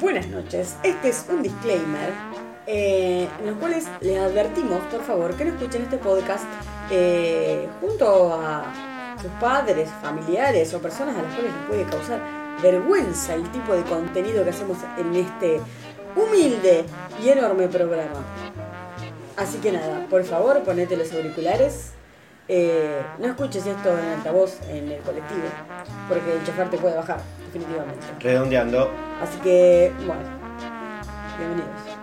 Buenas noches, este es un disclaimer eh, en los cuales les advertimos, por favor, que no escuchen este podcast eh, junto a sus padres, familiares o personas a las cuales les puede causar vergüenza el tipo de contenido que hacemos en este humilde y enorme programa. Así que nada, por favor, ponete los auriculares. eh, no escuches esto en altavoz en el colectivo, porque el chofer te puede bajar, definitivamente. Redondeando. Así que, bueno, bienvenidos.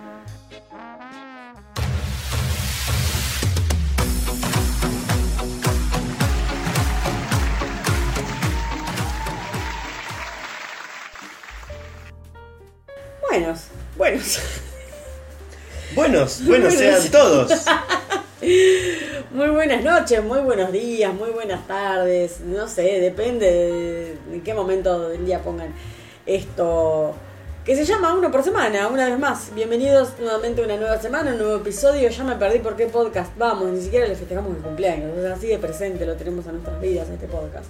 Buenos, buenos. Buenos, Buenos. buenos sean todos. Muy buenas noches, muy buenos días, muy buenas tardes. No sé, depende de en qué momento del día pongan esto. Que se llama uno por semana, una vez más. Bienvenidos nuevamente a una nueva semana, un nuevo episodio. Ya me perdí por qué podcast vamos, ni siquiera le festejamos el cumpleaños. Es así de presente lo tenemos a nuestras vidas este podcast.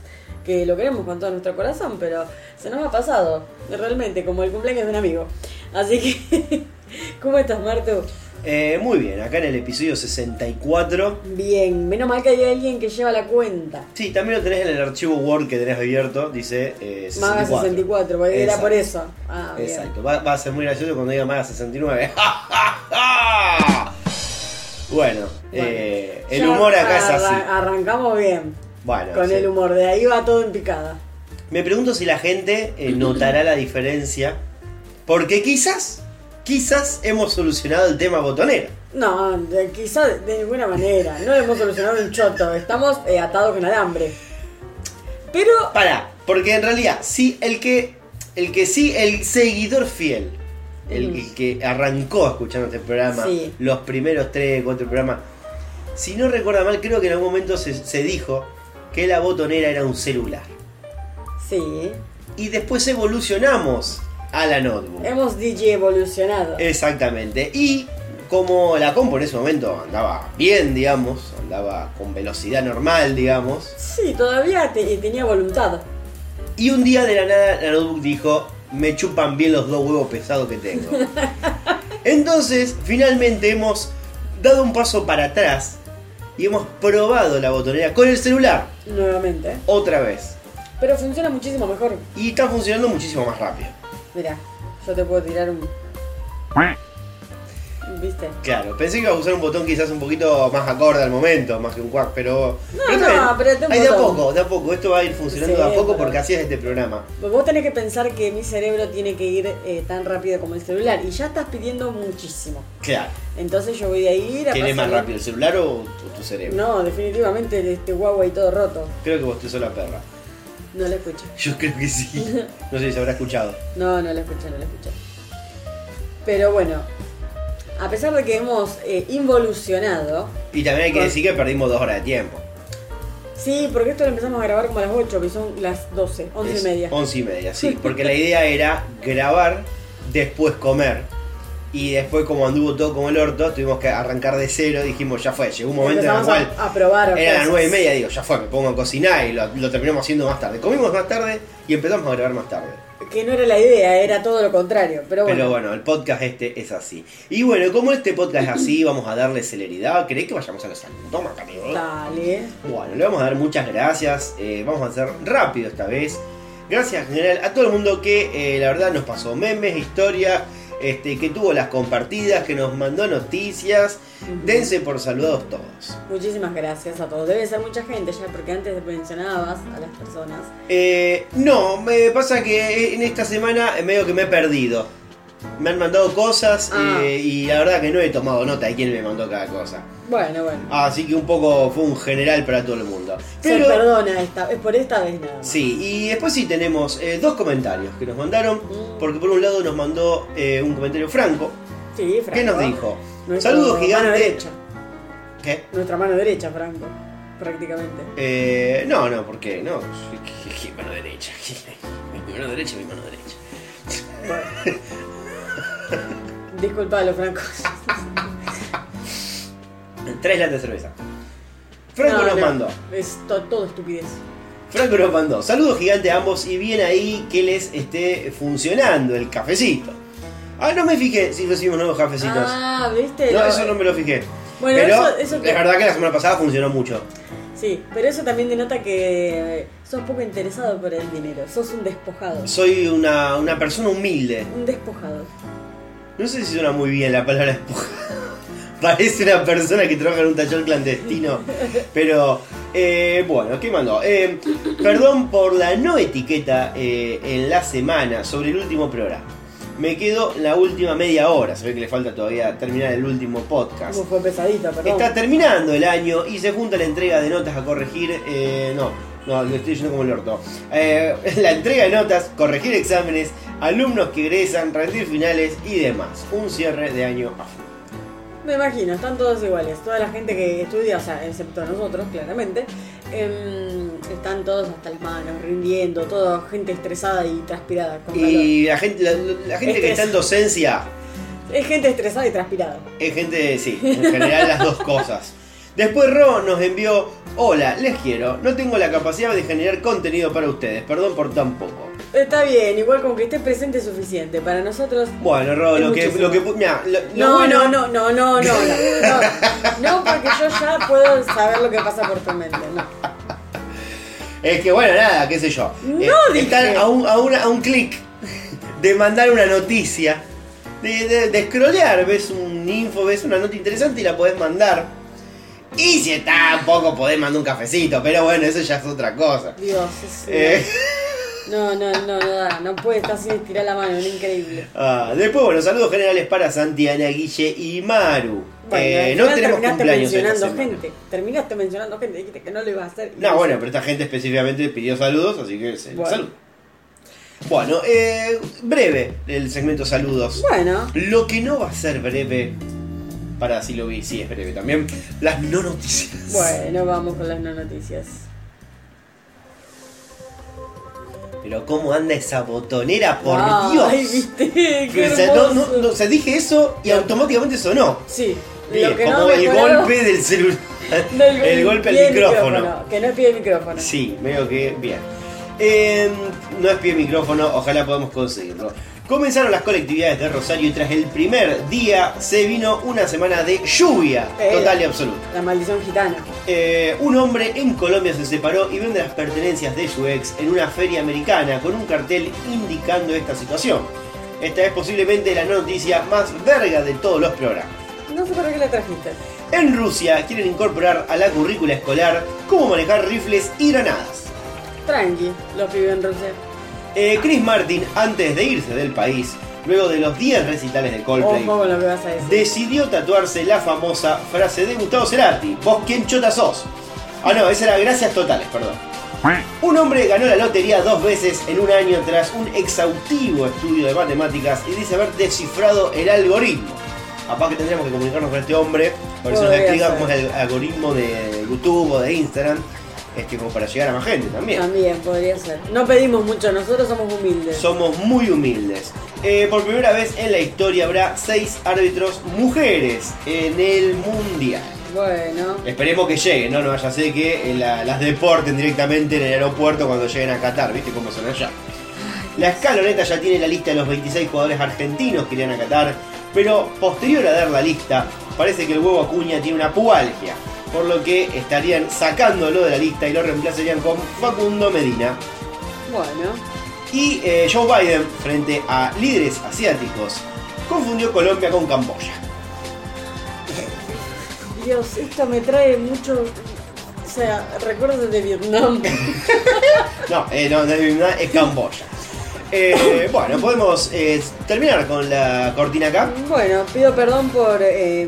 Que lo queremos con todo nuestro corazón, pero se nos ha pasado, realmente, como el cumpleaños de un amigo. Así que, ¿cómo estás, Martu? Eh, muy bien, acá en el episodio 64. Bien, menos mal que hay alguien que lleva la cuenta. Sí, también lo tenés en el archivo Word que tenés abierto, dice eh, Maga 64. 64, porque era Exacto. por eso. Ah, bien. Exacto, va, va a ser muy gracioso cuando diga Maga 69. bueno, eh, el Ya humor acá es arran- así. Arrancamos bien Bueno, con sí. el humor, de ahí va todo en picada. me pregunto si la gente eh, notará la diferencia, porque quizás, quizás hemos solucionado el tema botonera. No, de- quizá de- de ninguna manera. No lo hemos solucionado un choto, estamos eh, atados con alambre. Pero, Para, porque en realidad, sí, el que. El que sí, el seguidor fiel. El, Mm. el que arrancó escuchando este programa. Sí. Los primeros tres, cuatro programas. Si no recuerda mal, creo que en algún momento se, se dijo que la botonera era un celular. sí, Y después evolucionamos a la notebook. hemos DJ evolucionado. Eh. Exactamente. Y como la compo en ese momento andaba bien, digamos, andaba con velocidad normal, digamos. Sí, todavía te- eh, tenía voluntad. Y un día de la nada la notebook dijo, me chupan bien los dos huevos pesados que tengo. Entonces, finalmente hemos dado un paso para atrás y hemos probado la botonera con el celular Nuevamente. otra vez. Pero funciona muchísimo mejor. Y está funcionando muchísimo más rápido. Mira, yo te puedo tirar un. ¿Viste? Claro, pensé que iba a usar un botón quizás un poquito más acorde al momento, más que un cuac, pero... No, está no, bien. apreté un Ahí de a botón. poco, de a poco. Esto va a ir funcionando Sí, de a poco pero- porque así es este programa. Pues Vos tenés que pensar que mi cerebro tiene que ir eh, tan rápido como el celular y ya estás pidiendo muchísimo. Claro. Entonces yo voy a ir a... ¿Querés más pasarla- rápido el celular o tu, tu cerebro? No, definitivamente este Huawei todo roto. Creo que vos te sos la perra. No lo escucho. Yo creo que sí. No sé si se habrá escuchado. No, no lo escuché, no lo escuché. Pero bueno, a pesar de que hemos eh, involucionado... Y también hay que decir que perdimos dos horas de tiempo. Sí, porque esto lo empezamos a grabar como a las 8, que son las 12, 11 y Es media. Once y media, sí. Porque la idea era grabar, después comer. Y después, como anduvo todo como el orto, tuvimos que arrancar de cero. Dijimos, ya fue. Llegó un momento en el Empezamos cual a, a probar Era las cosas. nueve y media, digo, ya fue, me pongo a cocinar y lo, lo terminamos haciendo más tarde. Comimos más tarde y empezamos a grabar más tarde. Que no era la idea, era todo lo contrario. Pero bueno, Pero bueno, el podcast este es así. Y bueno, como este podcast es así, vamos a darle celeridad. ¿Queréis que vayamos a los síntomas, amigo? dale. Bueno, le vamos a dar muchas gracias. eh, vamos a ser rápido esta vez. Gracias en general a todo el mundo que eh, la verdad nos pasó memes, historias, este, que tuvo las compartidas, que nos mandó noticias. Dense por saludados todos. Muchísimas gracias a todos. Debe ser mucha gente ya, porque antes mencionabas a las personas. Eh, no, me pasa que en esta semana eh, medio que me he perdido. Me han mandado cosas Ah. eh, y la verdad que no he tomado nota de quién me mandó cada cosa. Bueno, bueno. Así que un poco fue un general para todo el mundo. Pero Se perdona esta, es por esta vez nada más. sí, y después sí tenemos eh, dos comentarios que nos mandaron. Mm. Porque por un lado nos mandó eh, un comentario Franco, Sí, Franco. que nos dijo, Nuestro saludos Mano gigante. derecha. ¿Qué? Nuestra mano derecha, Franco. Prácticamente. Eh, no, no, ¿por qué? No, mi mano derecha. Mi mano derecha, mi mano derecha. Bueno. Disculpalo, Franco. Tres latas de cerveza. Franco No, nos no, mandó. Es to- todo estupidez. Franco nos mandó. Saludos gigante a ambos y bien ahí que les esté funcionando el cafecito. Ah, no me fijé si recibimos nuevos cafecitos. Ah, viste. no, Lo- eso no me lo fijé. Bueno, Pero eso- eso es te- verdad que la semana pasada funcionó mucho. Sí, pero eso también denota que sos poco interesado por el dinero. Sos un despojado. Soy una, una persona humilde. Un despojado. No sé si suena muy bien la palabra espuja. Parece una persona que trabaja en un taller clandestino. Pero, eh, bueno, ¿qué mandó? Eh, perdón por la no etiqueta eh, en la semana sobre el último programa. Me quedo la última media hora. Se ve que le falta todavía terminar el último podcast. Como fue pesadito, perdón. Está terminando el año y se junta la entrega de notas a corregir. eh, no, no, lo estoy diciendo como el orto. Eh, la entrega de notas, corregir exámenes, alumnos que egresan, rendir finales y demás. Un cierre de año a full. Me imagino, están todos iguales. Toda la gente que estudia, o sea, excepto nosotros, claramente, em, están todos hasta las manos, rindiendo, toda gente estresada y transpirada. Con calor. Y la gente, la, la gente que está en docencia Es gente estresada y transpirada. es gente, sí, en general las dos cosas. Después Ro nos envió, hola, les quiero, no tengo la capacidad de generar contenido para ustedes, perdón por tan poco. Está bien, igual con que esté presente es suficiente. Para nosotros. Bueno, Ro, Es lo que, muchísimo. lo que... mirá, lo- lo No, bueno- no, no, no, no, no, no, no. No, porque yo ya puedo saber lo que pasa por tu mente. No. Es que bueno, nada, qué sé yo. Eh, No, dije. Están a un, a un- a un clic de mandar una noticia. De, de, de scrollear, ves un info, ves una nota interesante y la podés mandar. Y si está poco podés mandar un cafecito, pero bueno, eso ya es otra cosa. Dios, es- Eh, no, no, no, no, da, no puede estar sin estirar la mano, es increíble. ah, después, bueno, saludos generales para Santi, Ana, Guille y Maru. Bueno, Eh, al no final tenemos terminaste cumpleaños esta mencionando semana. gente. Terminaste mencionando gente, dijiste que no lo ibas a hacer. y No, lo bueno, hiciste. pero esta gente específicamente pidió saludos, así que se- Bueno. salud. Bueno, eh, breve el segmento saludos. Bueno, Lo que no va a ser breve, para si lo vi, sí es breve también, las no noticias. bueno, vamos con las no noticias. Pero cómo anda esa botonera, por Ay, Dios. viste, qué O sea, no, hermoso. no, no, o sea, dije eso y automáticamente sonó. Sí, Bien, lo que como no el mejoraron- golpe del celular. del gol- el pie golpe al del micrófono. Que no es pie del micrófono. Sí, medio que bien. Eh, no es pie de micrófono, ojalá podamos conseguirlo. Comenzaron las colectividades de Rosario y tras el primer día se vino una semana de lluvia Eh. total y absoluta. La maldición gitana. Eh, un hombre en Colombia se separó y vende las pertenencias de su ex en una feria americana con un cartel indicando esta situación. Esta es posiblemente la noticia más verga de todos los programas. No sé para qué la trajiste. En Rusia quieren incorporar a la currícula escolar cómo manejar rifles y granadas. Tranqui, los pibes en Rusia. Eh, Chris Martin, antes de irse del país, luego de los 10 recitales de Coldplay, Ojo con lo que vas a decir. decidió tatuarse la famosa frase de Gustavo Cerati, vos quién chota sos. Ah no, esa era gracias totales, perdón. Un hombre ganó la lotería dos veces en un año tras un exhaustivo estudio de matemáticas y dice haber descifrado el algoritmo. Capaz que tendríamos que comunicarnos con este hombre, para que se nos Podría explica ser. cómo es el algoritmo de YouTube o de Instagram, este, como para llegar a más gente también. También podría ser. No pedimos mucho, nosotros somos humildes. Somos muy humildes. Eh, por primera vez en la historia habrá seis árbitros mujeres en el mundial. Bueno, Esperemos que lleguen, ¿no? No vaya a ser que eh, la- las deporten directamente en el aeropuerto cuando lleguen a Qatar, ¿viste cómo son allá? La escaloneta ya tiene la lista de los 26 jugadores argentinos que irían a Qatar, pero posterior a dar la lista, parece que el huevo Acuña tiene una pubalgia, por lo que estarían sacándolo de la lista y lo reemplazarían con Facundo Medina. bueno. Y eh, Joe Biden, frente a líderes asiáticos, confundió Colombia con Camboya. Dios, esto me trae mucho. O sea, recuerdos de Vietnam. No, eh, no, no es Vietnam, es Camboya. Eh, bueno, podemos eh, terminar con la cortina acá. Bueno, pido perdón por eh,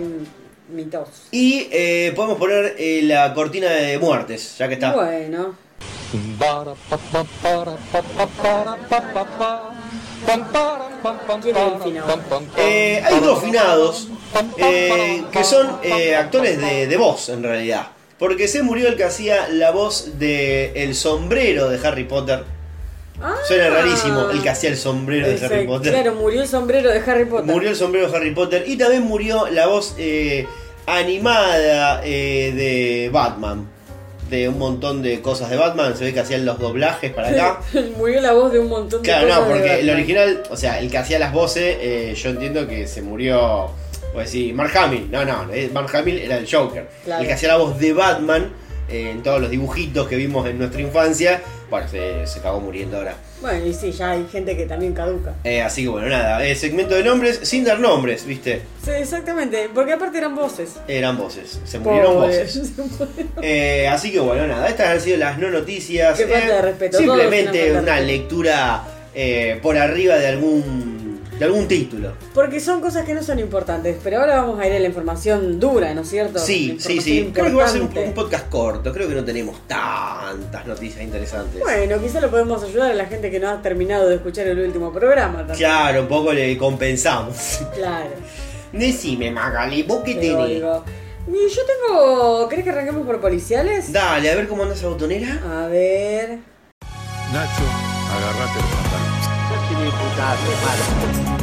mi tos. Y eh, podemos poner eh, la cortina de muertes, ya que está. Bueno, Eh, hay dos finados eh, que son eh, actores de, de voz, en realidad. Porque se murió el que hacía la voz de el sombrero de Harry Potter. Suena rarísimo el que hacía el sombrero de Harry Ese- Potter. Claro, murió el sombrero de Harry Potter. Murió el sombrero de Harry Potter y también murió la voz eh, animada eh, de Batman. de un montón de cosas de Batman. Se ve que hacían los doblajes para acá. Murió la voz de un montón de Claro, cosas no, de porque el Batman. original, o sea, el que hacía las voces, eh, yo entiendo que se murió. Pues sí, Mark Hamill. No, no, eh, Mark Hamill era el Joker. Claro. El que hacía la voz de Batman eh, en todos los dibujitos que vimos en nuestra infancia, bueno, se, se acabó muriendo ahora. Bueno, y sí, ya hay gente que también caduca. Eh, así que bueno, nada, eh, segmento de nombres sin dar nombres, ¿viste? Sí, exactamente, porque aparte eran voces. Eran voces, se murieron Pobres. voces. Eh, así que bueno, nada, estas han sido las no noticias. Eh, Qué falta de respeto, todos Simplemente tienen falta una de lectura eh, por arriba de algún, de algún título. Porque son cosas que no son importantes, pero ahora vamos a ir a la información dura, ¿no es cierto? Sí, La sí, sí. información Creo que va a ser un, importante. un podcast corto. Creo que no tenemos tantas noticias interesantes. Bueno, quizá lo podemos ayudar a la gente que no ha terminado de escuchar el último programa. también. Claro, un poco le compensamos. Claro. Decime, Magali, ¿vos qué Te tenés? oigo. Y yo tengo... ¿Crees que arranquemos por policiales? Dale, a ver cómo anda esa botonera. A ver... Nacho, agarrate el pantalón. Ah.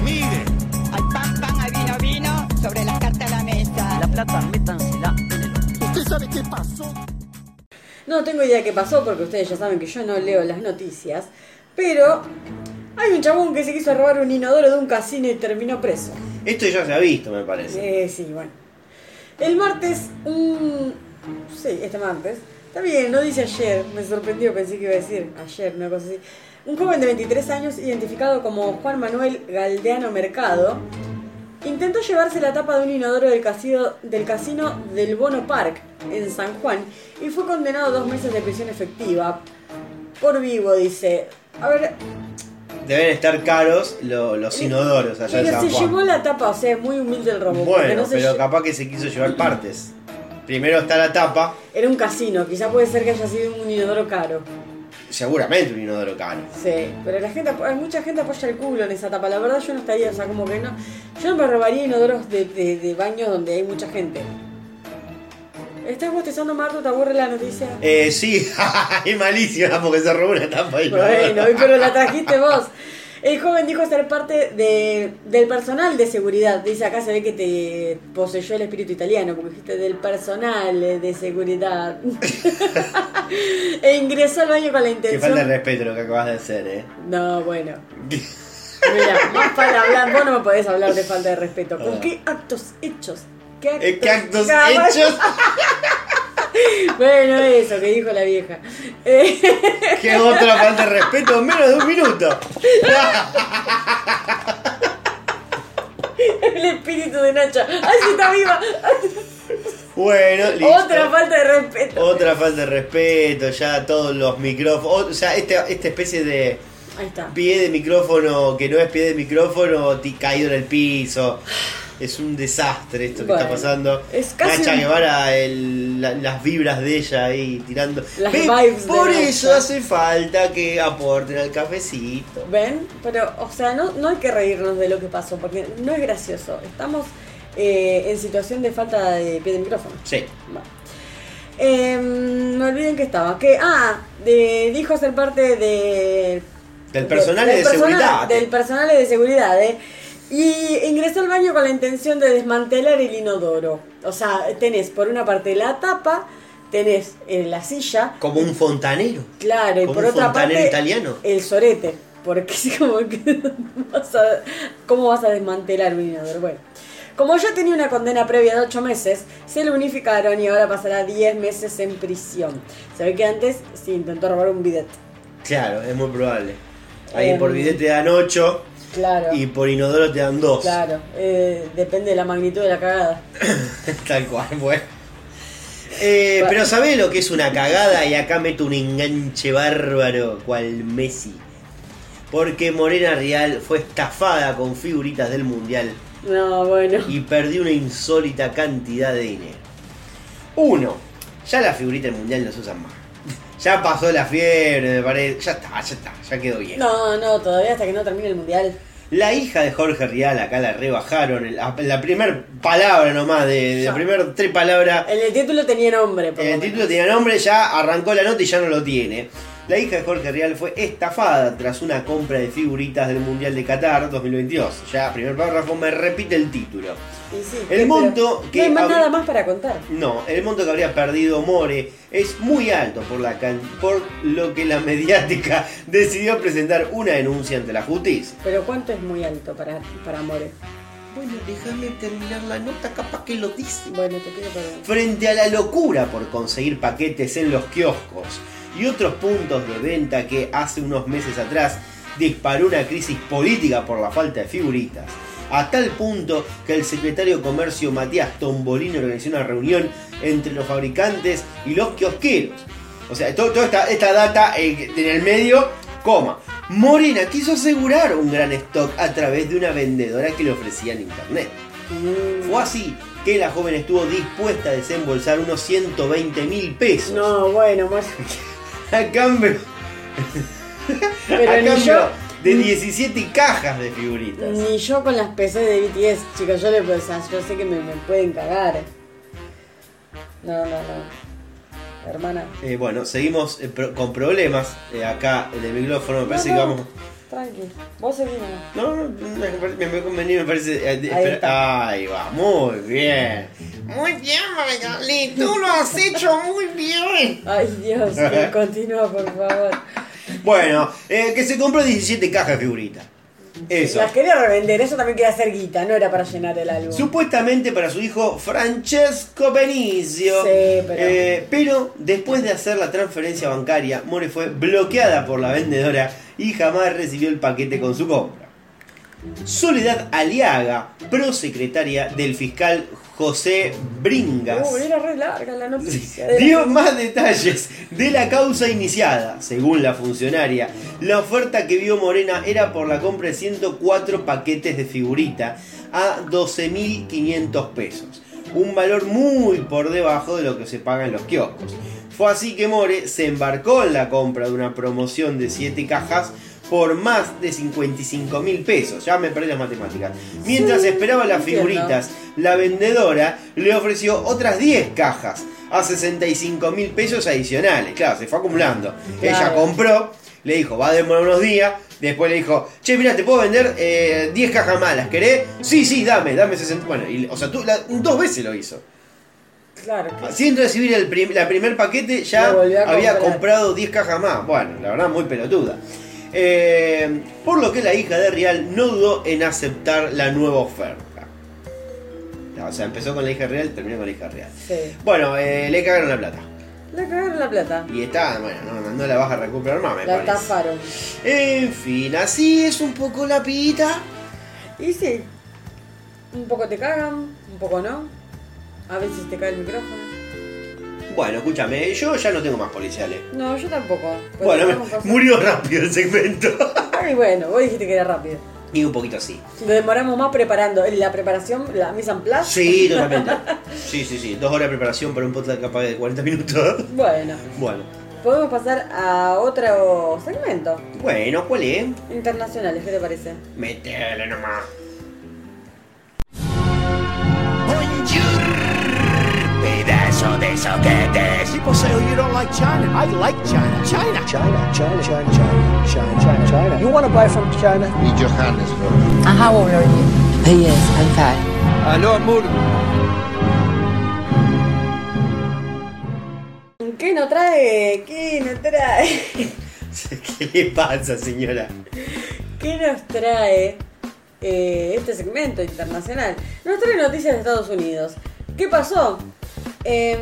Mire, Al pan, pan, al vino, vino, sobre las cartas a la mesa. La plata, métansela en el ¿usted sabe qué pasó? No tengo idea qué pasó porque ustedes ya saben que yo no leo las noticias, pero hay un chabón que se quiso robar un inodoro de un casino y terminó preso. Esto ya se ha visto, me parece. Eh, sí, bueno. El martes, un... Sí, este martes. Está bien, no dice ayer, me sorprendió, pensé que iba a decir ayer, una cosa así. Un joven de 23 años, identificado como Juan Manuel Galdeano Mercado, intentó llevarse la tapa de un inodoro del casino del, casino del Bono Park, en San Juan, y fue condenado a dos meses de prisión efectiva. Por vivo, dice. A ver, Deben estar caros lo- los inodoros allá pero en San se Juan. llevó la tapa, o sea, muy humilde el robo. porque Bueno, no se pero lle- capaz que se quiso llevar partes. Primero está la tapa, Era un casino, quizá puede ser que haya sido un inodoro caro. seguramente un inodoro caro. Sí, pero la gente, apo- hay mucha gente apoya el culo en esa tapa. La verdad yo no estaría, o sea, como que no. Yo no me robaría inodoros de, de, de baños donde hay mucha gente. ¿Estás bostezando, Marto? ¿Te aburre la noticia? Eh, sí, es malísima porque se robó una tapa de inodoro. Bueno, pero la trajiste vos. El joven dijo ser parte de- del personal de seguridad. Dice, acá se ve que te poseyó el espíritu italiano, porque dijiste del personal de seguridad. e ingresó al baño con la Qué intención... falta de respeto lo que acabas de hacer, eh. No, bueno. Mira, más para hablar, vos no me podés hablar de falta de respeto. ¿Con Ah. qué actos hechos? ¿Qué Eh, ¿Qué actos caballo? hechos? Bueno, eso que dijo la vieja. Eh, ¿Qué otra falta de respeto en menos de un minuto? el espíritu de Nacha. ¡Ay, sí está viva! Bueno, listo. Otra falta de respeto. Otra falta de respeto, ya todos los micrófonos. O sea, este- esta especie de Ahí está. pie de micrófono que no es pie de micrófono ti- caído en el piso. Es un desastre esto que Bueno, está pasando. es casi Nacha un- Guevara, el- la- las vibras de ella ahí tirando. Las Ve, vibes de por Nacha. eso hace falta que aporten al cafecito. ¿Ven? Pero, o sea, no, no hay que reírnos de lo que pasó, porque no es gracioso. Estamos eh, en situación de falta de pie de micrófono. Sí. Bueno. Eh, no olviden que estaba. Que, ah, de- dijo ser parte de, Del personal de, del personal- seguridad. Del personal de seguridad, eh. Y ingresó al baño con la intención de desmantelar el inodoro. O sea, tenés por una parte la tapa, tenés eh, la silla, Como un fontanero. claro, y Como por un otra fontanero parte italiano. el sorete. Porque es como que vas a- ¿Cómo vas a desmantelar un inodoro? Bueno. Como ya tenía una condena previa de 8 meses, se lo unificaron y ahora pasará 10 meses en prisión. Se ve que antes sí intentó robar un bidet. Claro, es muy probable. Ahí Eh, por bidet te dan 8 Claro. y por inodoro te dan 2. Claro, eh, depende de la magnitud de la cagada. Tal cual, bueno. Eh, pero ¿sabés lo que es una cagada? Y acá meto un enganche bárbaro, cual Messi. Porque Morena Real fue estafada con figuritas del Mundial No, bueno. y perdió una insólita cantidad de dinero. Uno, ya las figuritas del Mundial no se usan más. Ya pasó la fiebre, me parece. Ya está, ya está, ya quedó bien. No, no, todavía hasta que no termine el mundial. La hija de Jorge Rial, acá la rebajaron. el- La, primera palabra nomás, de, de la primera tres palabras. El, el título tenía nombre, por lo El menos. título tenía nombre, ya arrancó la nota y ya no lo tiene. La hija de Jorge Rial fue estafada tras una compra de figuritas del Mundial de Qatar 2022. Ya, primer párrafo, me repite el título. Y sí, El pero monto que No hay más habría- nada más para contar. No, el monto que habría perdido More es muy alto por, la can- por lo que la mediática decidió presentar una denuncia ante la justicia. Pero ¿cuánto es muy alto para, para More? Bueno, déjame terminar la nota, capaz que lo dice. Bueno, te pido perdón. Frente a la locura por conseguir paquetes en los kioscos y otros puntos de venta que hace unos meses atrás disparó una crisis política por la falta de figuritas. A tal punto que el secretario de Comercio Matías Tombolino organizó una reunión entre los fabricantes y los kiosqueros. O sea, todo- toda esta, esta data eh, en el medio, coma. Morena quiso asegurar un gran stock a través de una vendedora que le ofrecía en internet. Fue así que la joven estuvo dispuesta a desembolsar unos 120 mil pesos. No, bueno, More. A cambio, Pero a ni cambio yo- de 17 cajas de figuritas. Ni yo con las PC de BTS, chicos, yo le o sea, yo sé que me, me pueden cagar. No, no, no. Hermana. Eh, bueno, seguimos eh, pro- con problemas eh, acá en el micrófono. Me parece No, que no, vamos. Tranqui. Vos seguís. ¿no? No, no, me, pare- me, me convenía, me parece. eh, de- Ahí espera- está. Ahí va, muy bien. Muy bien, Magali, tú lo has hecho muy bien. Ay, Dios, mío, continúa, por favor. Bueno, eh, que se compró 17 cajas de figuritas. Eso. Las quería revender, eso también quería hacer guita, no era para llenar el álbum. Supuestamente para su hijo Francesco Benicio. Sí, pero- Eh, pero después de hacer la transferencia bancaria, More fue bloqueada por la vendedora y jamás recibió el paquete con su compra. Soledad Aliaga, prosecretaria del fiscal José Bringas. Uh, era re larga la noticia. Era- Dio más detalles de la causa iniciada. Según la funcionaria, la oferta que vio Morena era por la compra de 104 paquetes de figurita a 12.500 pesos. Un valor muy por debajo de lo que se paga en los kioscos. Fue así que More se embarcó en la compra de una promoción de 7 cajas por más de 55 mil pesos. Ya me perdí las matemáticas. Mientras Sí, esperaba las entiendo. figuritas, la vendedora le ofreció otras 10 cajas a 65 mil pesos adicionales. Claro, se fue acumulando. Claro. Ella compró, le dijo, va a demorar unos días. Después le dijo, che, mira, te puedo vender eh, 10 cajas más, ¿las querés? Sí, sí, dame, dame 60. Bueno, y- o sea, tú la- dos veces lo hizo. Claro, que- Sin recibir el prim- la primer paquete ya Lo volvió a había comprar. comprado 10 cajas más. Bueno, la verdad muy pelotuda. Eh, por lo que la hija de Real no dudó en aceptar la nueva oferta. No, o sea, empezó con la hija de Real, terminó con la hija de Real. sí. Bueno, eh, le cagaron la plata. Le cagaron la plata. Y está, bueno, no, no la vas a recuperar más, me La parece. estafaron. En fin, así es un poco la pita. Y sí, un poco te cagan, un poco no. A veces te cae el micrófono. Bueno, escúchame, yo ya no tengo más policiales. No, yo tampoco. Porque Bueno, me- estamos pasando- murió rápido el segmento. Ay, bueno, vos dijiste que era rápido. y un poquito así. Lo demoramos más preparando. La preparación, la mise en place. Sí, totalmente. Sí, sí, sí. Dos horas de preparación para un podcast capaz de 40 minutos. Bueno, Bueno. podemos pasar a otro segmento. Bueno, ¿cuál es? Internacionales, ¿qué te parece? Metele nomás. pedazo de soquetes. People say, oh, you don't like China. I like China. China. China, China, China, China, China, China, China. You want to buy from China? ¿Qué nos trae? ¿Qué nos trae? ¿Qué le pasa, señora? ¿Qué nos trae eh, este segmento internacional? Nos trae noticias de Estados Unidos. ¿Qué pasó? Em,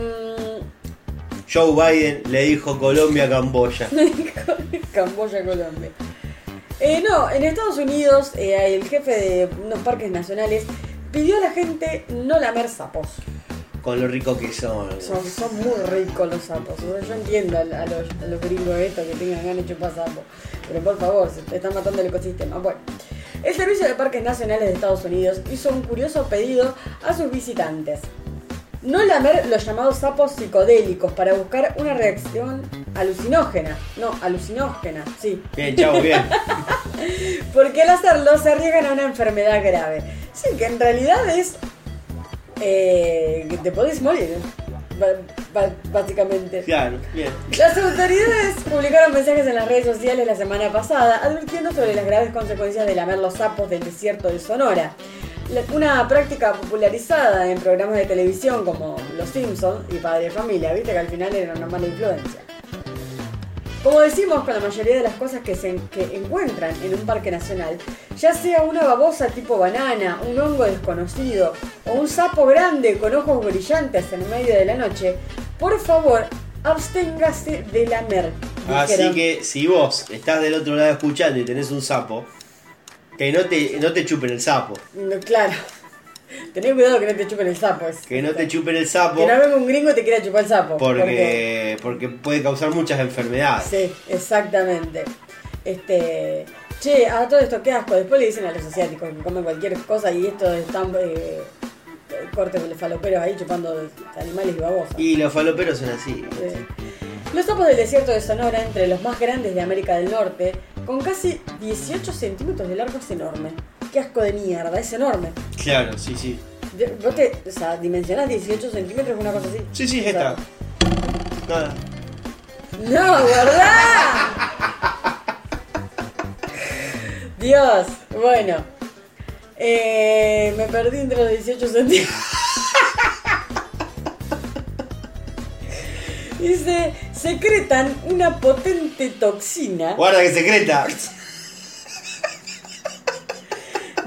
Joe Biden le dijo Colombia a Camboya. Camboya, Colombia. Eh, no, en Estados Unidos eh, el jefe de unos parques nacionales pidió a la gente no lamer sapos. Con lo rico que son. Son, son muy ricos los sapos. Yo yo entiendo a, a los, a los gringos estos que tengan ganas de chupar sapos. Pero por favor, se te están matando el ecosistema. Bueno, el Servicio de Parques Nacionales de Estados Unidos hizo un curioso pedido a sus visitantes. No lamer los llamados sapos psicodélicos para buscar una reacción alucinógena. No, alucinógena, sí. Bien, chavo, bien. Porque al hacerlo se arriesgan a una enfermedad grave. Sí, que en realidad es. eh, que te podés morir. ba- ba- básicamente. Claro, bien. Las autoridades publicaron mensajes en las redes sociales la semana pasada advirtiendo sobre las graves consecuencias de lamer los sapos del desierto de Sonora. La- Una práctica popularizada en programas de televisión como Los Simpsons y Padre de Familia, viste que al final era una mala influencia. Como decimos con la mayoría de las cosas que se en- que encuentran en un parque nacional, ya sea una babosa tipo banana, un hongo desconocido o un sapo grande con ojos brillantes en medio de la noche, por favor, absténgase de lamer. Así dijeron. Ah, que si vos estás del otro lado escuchando y tenés un sapo, que no te, no te chupen el sapo. No, claro. Tenés cuidado que no te chupen el sapo. es- Que no te chupen el sapo Que no venga un gringo y te quiera chupar el sapo. porque, porque puede causar muchas enfermedades. Sí, exactamente. Este. Che, a todo esto qué asco. Después le dicen a los asiáticos que comen cualquier cosa y esto están eh, cortes de faloperos ahí chupando animales y babosas. Y los faloperos son así. Sí. Los sapos del desierto de Sonora, entre los más grandes de América del Norte, con casi 18 centímetros de largo, es enorme. Qué asco de mierda, es enorme. Claro, sí, sí. De- Vos te, o sea, dimensionás 18 centímetros, una cosa así. Sí, sí, es O sea, esta. Nada. No, ¿verdad? Dios, bueno. Eh, me perdí entre los 18 centímetros. Dice, secretan una potente toxina Guarda que secreta.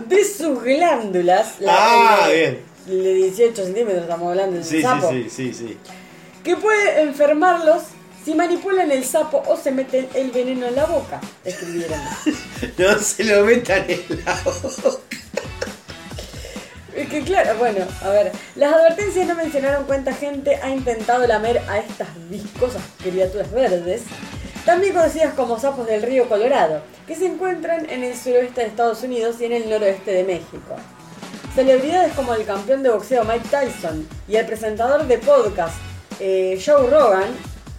de sus glándulas. la- Ah, la- bien. De 18 centímetros estamos hablando del Sí, sí, sapo. sí, sí, sí. Que puede enfermarlos si manipulan el sapo o se meten el veneno en la boca. Escribieron. No se lo metan en la boca. Es que claro, bueno, a ver, las advertencias no mencionaron cuánta gente ha intentado lamer a estas viscosas criaturas verdes, también conocidas como sapos del río Colorado, que se encuentran en el suroeste de Estados Unidos y en el noroeste de México. Celebridades como el campeón de boxeo Mike Tyson y el presentador de podcast eh, Joe Rogan,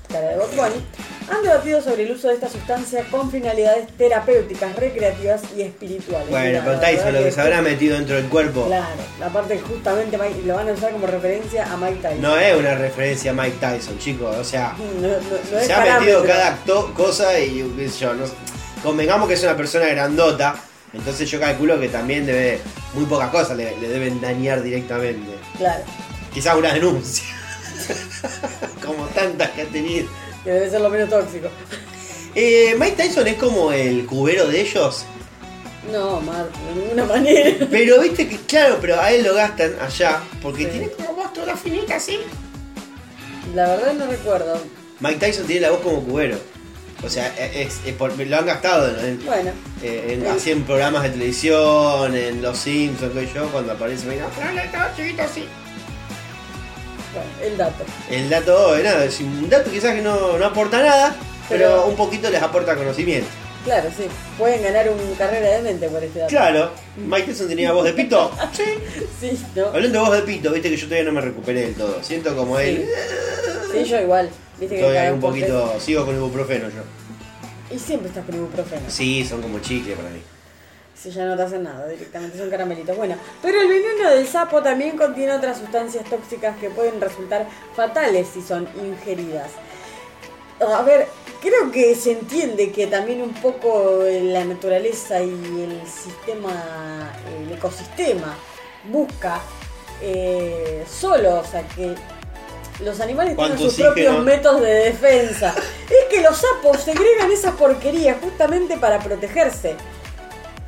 cara de Bob Bunny, han debatido sobre el uso de esta sustancia con finalidades terapéuticas, recreativas y espirituales. Bueno, Mira, pero la verdad Tyson lo que se habrá metido dentro del cuerpo Claro, aparte justamente Mike- lo van a usar como referencia a Mike Tyson. no es una referencia a Mike Tyson, chicos. O sea, No- no- no es se ha parámetro. metido cada acto- cosa y qué sé yo. No, sé. convengamos que es una persona grandota. Entonces yo calculo que también debe. Muy pocas cosas le, le deben dañar directamente. Claro, Quizás una denuncia. Como tantas que ha tenido. que debe ser lo menos tóxico. Eh, Mike Tyson es como el cubero de ellos. No, Marta, de ninguna manera. Pero viste que, claro, pero a él lo gastan allá. Porque Sí. tiene como voz toda finita así. La verdad no recuerdo. Mike Tyson tiene la voz como cubero. O sea, es, es por- lo han gastado en, en- Bueno, eh, en- así en programas de televisión, en Los Simpsons, que yo, cuando aparece mira, bueno, el dato. el dato de nada, es un dato quizás que no, no aporta nada, pero, Pero- un poquito les aporta conocimiento. Claro, sí. Pueden ganar un carrera de mente por este dato. Claro, Mike Tyson tenía voz de pito. Sí. Sí, no. Hablando de voz de pito, viste que yo todavía no me recuperé del todo. Siento como él. Sí, yo igual. Viste que Todavía cada un por poquito. Sigo con el ibuprofeno yo. tres- Y siempre estás con ibuprofeno. Sí, son como chicle para mí. Si ya no te hacen nada, directamente son caramelitos. Bueno, pero el veneno del sapo también contiene otras sustancias tóxicas que pueden resultar fatales si son ingeridas. A ver, creo que se entiende que también un poco la naturaleza y el sistema, el ecosistema, busca eh, solo, o sea, que los animales tienen ¿Cuánto sus propios oxígeno? métodos de defensa. es que los sapos segregan esas porquerías justamente para protegerse.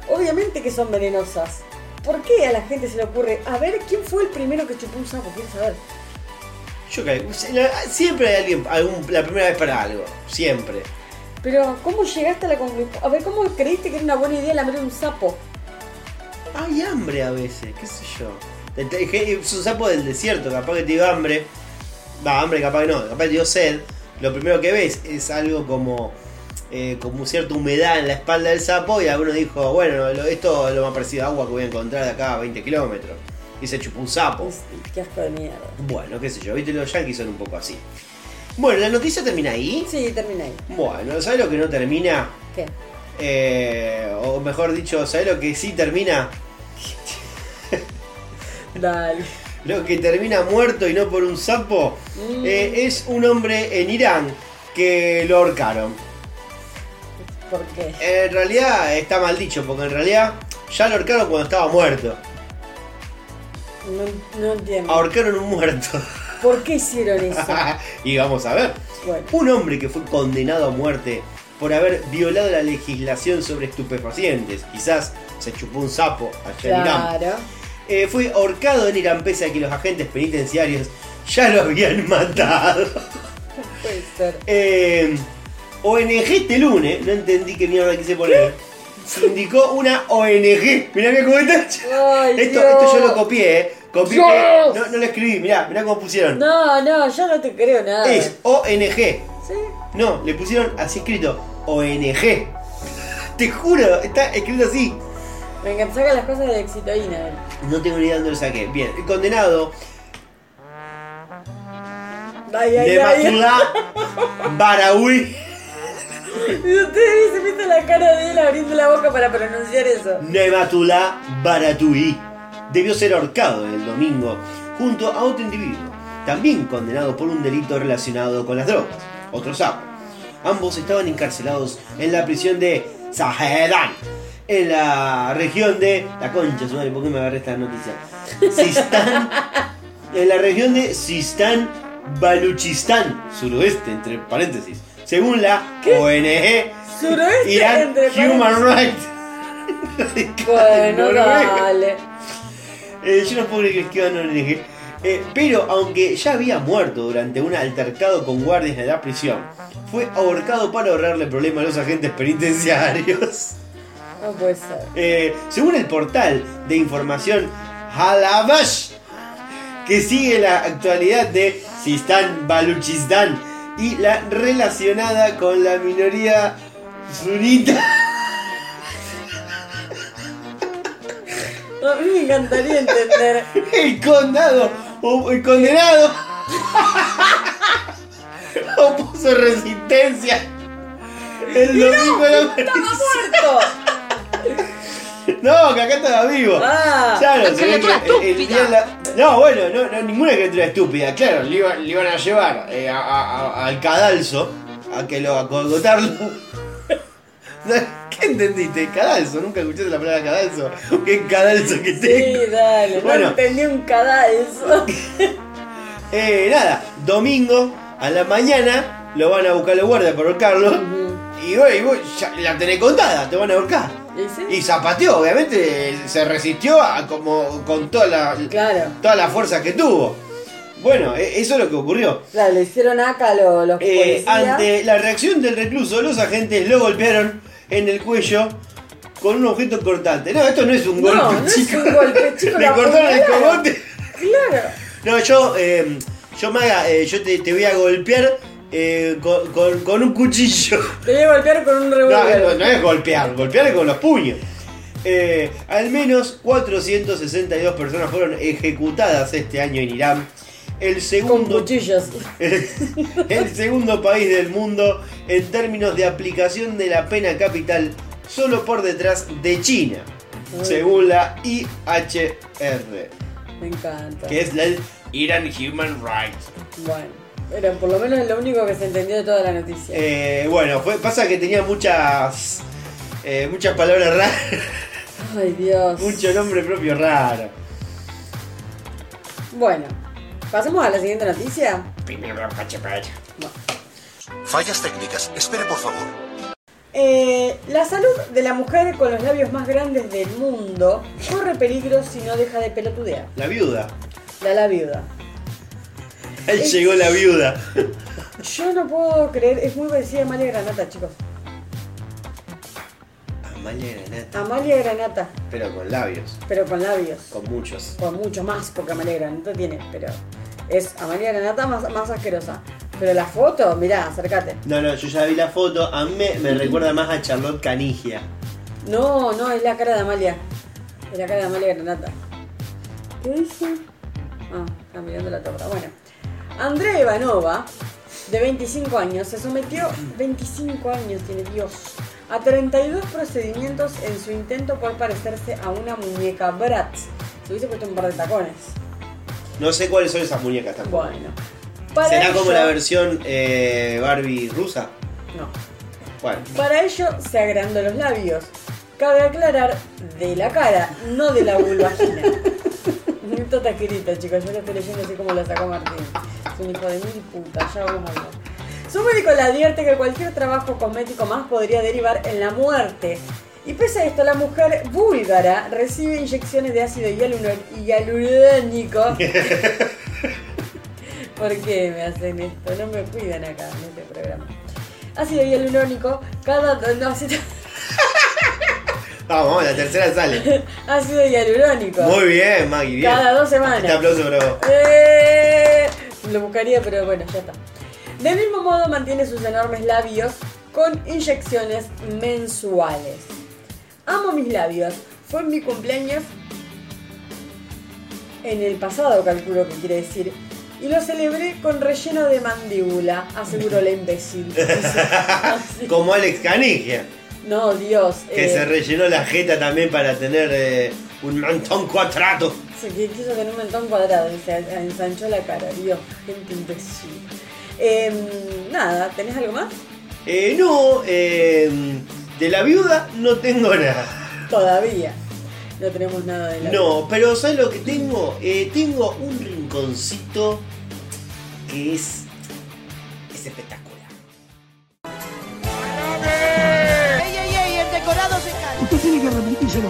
Obviamente que son venenosas. ¿Por qué a la gente se le ocurre? A ver, ¿quién fue el primero que chupó un sapo? Quiero saber. Yo creo que la- siempre hay alguien, algún- la primera vez para algo. Siempre. Pero, ¿cómo llegaste a la conclusión? A ver, ¿cómo creíste que era una buena idea lamer un sapo? Hay hambre a veces, qué sé yo. Te- te- Es un sapo del desierto, capaz que te dio hambre. Va, hambre capaz que no, capaz que te dio sed. Lo primero que ves es algo como, eh, como cierta humedad en la espalda del sapo y alguno dijo, bueno, lo- esto es lo más parecido a agua que voy a encontrar de acá a 20 kilómetros. Y se chupó un sapo. Pues, Qué asco de mierda. Bueno, qué sé yo, viste, los yankees son un poco así. Bueno, la noticia termina ahí. Sí, termina ahí. Bueno, ¿sabes lo que no termina? ¿Qué? Eh, o mejor dicho, ¿sabes lo que sí termina? Dale. lo que termina muerto y no por un sapo, eh, es un hombre en Irán que lo ahorcaron. ¿Por qué? En realidad está mal dicho, porque en realidad ya lo ahorcaron cuando estaba muerto. No, no entiendo. Ahorcaron un muerto. ¿Por qué hicieron eso? y vamos a ver. Bueno. Un hombre que fue condenado a muerte por haber violado la legislación sobre estupefacientes, quizás se chupó un sapo allá en Irán, Claro. Eh, fue ahorcado en Irán pese a que los agentes penitenciarios ya lo habían matado. Puede ser. Eh, ONG este lunes, no entendí qué mierda quise poner. Indicó una ONG. Mirá que comentario. Ay, Esto, Dios. esto yo lo copié, eh. Copié. eh, No, no lo escribí, mirá, mirá cómo pusieron. No, no, yo no te creo nada. Es ONG. ¿Sí? No, le pusieron así escrito ONG. Te juro, está escrito así. Venga, saca las cosas de exitoína. él. No tengo ni idea de dónde lo saqué. Bien, el condenado Ay, ay, de ay. Matulá Barawi Y ustedes se viste la cara de él abriendo la boca para pronunciar eso. Nematullah Baratui debió ser ahorcado el domingo junto a otro individuo, también condenado por un delito relacionado con las drogas, otro sapo. Ambos estaban encarcelados en la prisión de Sahedan, en la región de. La concha, su madre, ¿por qué me agarré esta noticia? Sistán, en la región de Sistán, Baluchistán, suroeste, entre paréntesis, según la ONG Suroeste, Irán entre Human Rights. Bueno, Noruega. dale. Eh, yo no puedo creer que escriban una ONG. Eh, pero aunque ya había muerto durante un altercado con guardias de la prisión, fue ahorcado para ahorrarle problemas a los agentes penitenciarios. No puede ser. Eh, según el portal de información Halabash, que sigue la actualidad de Sistán Baluchistán y la relacionada con la minoría sunita. A mí me encantaría entender. El condado, o el condenado, opuso resistencia. El domingo de la- ¡Estaba muerto! No, que acá estaba vivo. Ah, claro, la se ve criatura que el- el estúpida. día de la- No, bueno, no, no, ninguna criatura estúpida. Claro, le, iba- le iban a llevar eh, a- a- a- al cadalso a que lo a colgotarlo. No, ¿Qué entendiste? Cadalso, nunca escuchaste la palabra cadalso. Qué cadalso que tengo. Sí, dale. Bueno. No entendí un cadalso. Eh, nada, domingo a la mañana lo van a buscar los guardias para ahorcarlo. Y vos, y vos ya la tenés contada, te van a ahorcar. ¿Y sí? Y zapateó, obviamente, se resistió a como con toda la, Claro. toda la fuerza que tuvo. Bueno, e- eso es lo que ocurrió. Claro, le hicieron acá lo- los Eh, policías. ante la reacción del recluso, los agentes lo golpearon en el cuello con un objeto cortante. No, esto no es un No, golpe, no es chico. un golpe, chico, Le la cortaron el apuñalaron. cogote. Claro. No, yo, eh, yo Maga, eh, yo te, te voy a golpear eh, con, con- con un cuchillo. Te voy a golpear con un No, no, revólver. no es golpear, golpear es con los puños. Eh, al menos 462 personas fueron ejecutadas este año en Irán. El con segundo, cuchillos. Eh. el segundo país del mundo en términos de aplicación de la pena capital, solo por detrás de China, según la IHR, Me encanta. que es la Iran Human Rights. Bueno. Pero por lo menos es lo único que se entendió de toda la noticia. Eh, bueno, fue, pasa que tenía muchas eh, muchas palabras raras, Ay, Dios. mucho nombre propio raro. Bueno, pasemos a la siguiente noticia. Fallas técnicas. Espere, por favor. Eh, la salud de la mujer con los labios más grandes del mundo corre peligro si no deja de pelotudear. La viuda. La la viuda. Ahí llegó la viuda. Yo no puedo creer, es muy parecida a Amalia Granata, chicos. Amalia Granata, Amalia Granata, pero con labios, pero con labios. con muchos. Con mucho más, porque Amalia Granata tiene, pero es Amalia Granata más, más asquerosa. Pero la foto, mirá, acércate. No, no, yo ya vi la foto. A mí me, me recuerda más a Charlotte Canigia. No, no, es la cara de Amalia. Es la cara de Amalia Granata. ¿Qué dice? Ah, está mirando la torta. Bueno. Andrea Ivanova, de 25 años, se sometió, 25 años tiene Dios, a 32 procedimientos en su intento por parecerse a una muñeca Bratz. Se hubiese puesto un par de tacones. No sé cuáles son esas muñecas tampoco. Bueno. Para ¿Será como ello- la versión eh, Barbie rusa? No. Bueno. Para ello se agrandó los labios. Cabe aclarar, de la cara, no de la vulvagina. Esto está escrito, chicos. Yo lo estoy leyendo así como lo sacó Martín. Es un hijo de mil puta, ya vamos a ver. Su médico le advierte que cualquier trabajo cosmético más podría derivar en la muerte. Y pese a esto, la mujer búlgara recibe inyecciones de ácido hialurón- hialurónico. ¿Por qué me hacen esto? No me cuidan acá en este programa. Ácido hialurónico, cada... No, ácido, Vamos, la tercera sale. ácido hialurónico. Muy bien, Maggie, bien. Cada dos semanas. Este aplauso para vos. Eh, lo buscaría, pero bueno, ya está. Del mismo modo mantiene sus enormes labios con inyecciones mensuales. Amo mis labios. Fue en mi cumpleaños en el pasado, calculo que quiere decir. Y lo celebré con relleno de mandíbula, aseguró la imbécil. Así. Como Alex Canigia, No, Dios. que eh, se rellenó la jeta también para tener eh, un mantón cuadrado. Se que quiso tener un mentón cuadrado y se ensanchó la cara. Dios, gente imbécil. Em, nada, ¿tenés algo más? Eh, no, eh, de la viuda no tengo nada. Todavía. No tenemos nada de la No, pero ¿sabes lo que tengo? Eh, tengo un rinconcito que es, es espectacular. ¡Ey, ey, ey! El decorado se cae.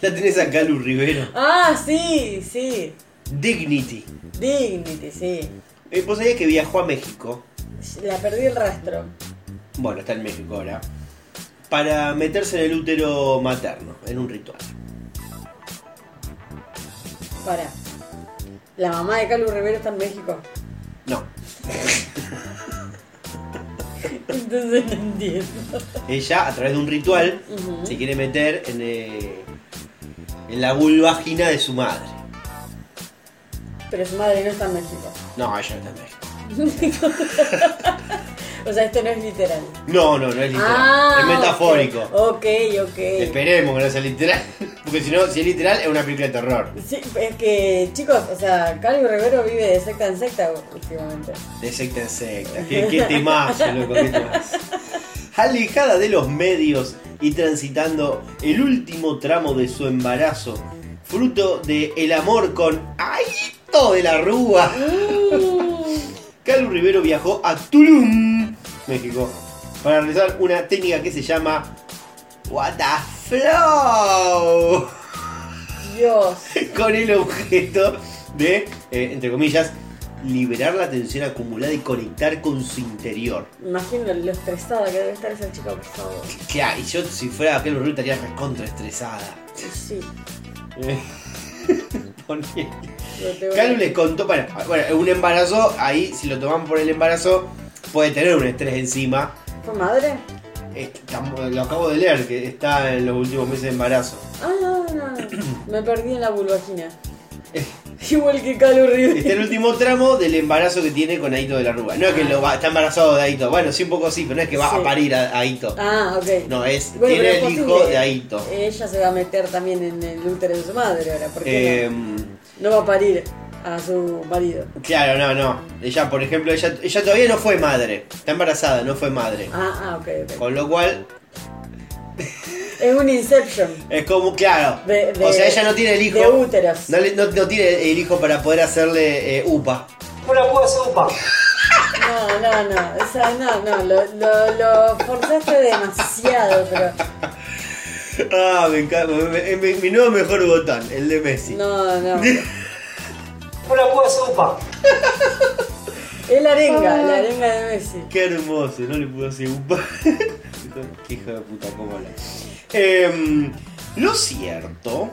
Ya tenés a Calu Rivero. Ah, sí, sí. Dignity. Dignity, sí. Eh, Vos sabías que viajó a México. La perdí el rastro. Bueno, está en México ahora. Para meterse en el útero materno, en un ritual. Para. La mamá de Calu Rivero está en México. No, Entonces no entiendo. ella a través de un ritual Ujú. se quiere meter en, eh, en la vulvagina de su madre. Pero su madre no está en México. No, ella no está en México. O sea, esto no es literal. No, no, no es literal. Ah, es metafórico. Ok, ok. Esperemos que no sea literal. Porque si no, si es literal, es una película de terror. Sí, es que chicos, o sea, Calvo Rivero vive de secta en secta últimamente. De secta en secta. Qué, qué temazo, loco, qué temazo. Alejada de los medios y transitando el último tramo de su embarazo, fruto de el amor con Aito de la Rúa, Calu Rivero viajó a Tulum, México, para realizar una técnica que se llama What the Flow Dios. con el objeto de, eh, entre comillas, liberar la tensión acumulada y conectar con su interior. Imagino lo estresada que debe estar esa chica, por favor. Claro, y yo si fuera aquel Rubio estaría recontraestresada. Sí. Eh, ponele. lo tengo Calu que- les contó, bueno, bueno, un embarazo, ahí si lo tomamos por el embarazo, puede tener un estrés encima. ¿Fue madre? Eh, tam- Lo acabo de leer, que está en los últimos meses de embarazo. Ah, no, no, no. Me perdí en la vulvagina. Eh. Igual que Calvo Está Rivero. el último tramo del embarazo que tiene con Aito de la Rúa. No es que lo va- está embarazado de Aito. Bueno, sí, un poco sí, pero no es que va Sí. a parir a, a Aito. Ah, ok. No, es. Bueno, pero tiene es el posible. hijo de Aito. Ella se va a meter también en el útero de su madre ahora, porque Eh, no? No va a parir a su marido. claro, no, no. Ella, por ejemplo, ella, ella todavía no fue madre. Está embarazada, no fue madre. Ah, ah, ok, ok. Con lo cual, Es un inception. es como, claro. De- de- o sea, ella no tiene el hijo. de úteros. No, le- no- no tiene el hijo para poder hacerle eh, UPA. No, no, no, o sea, no, no, lo, lo, lo forzaste demasiado, pero Ah, me encanta. Me- me- me- mi nuevo mejor botón, el de Messi. no, no. Una buena sopa. Es la arenga, la arenga de Messi. Qué hermoso, no le pudo hacer un pa- Qué hijo de puta, cómo habla. Em, lo cierto.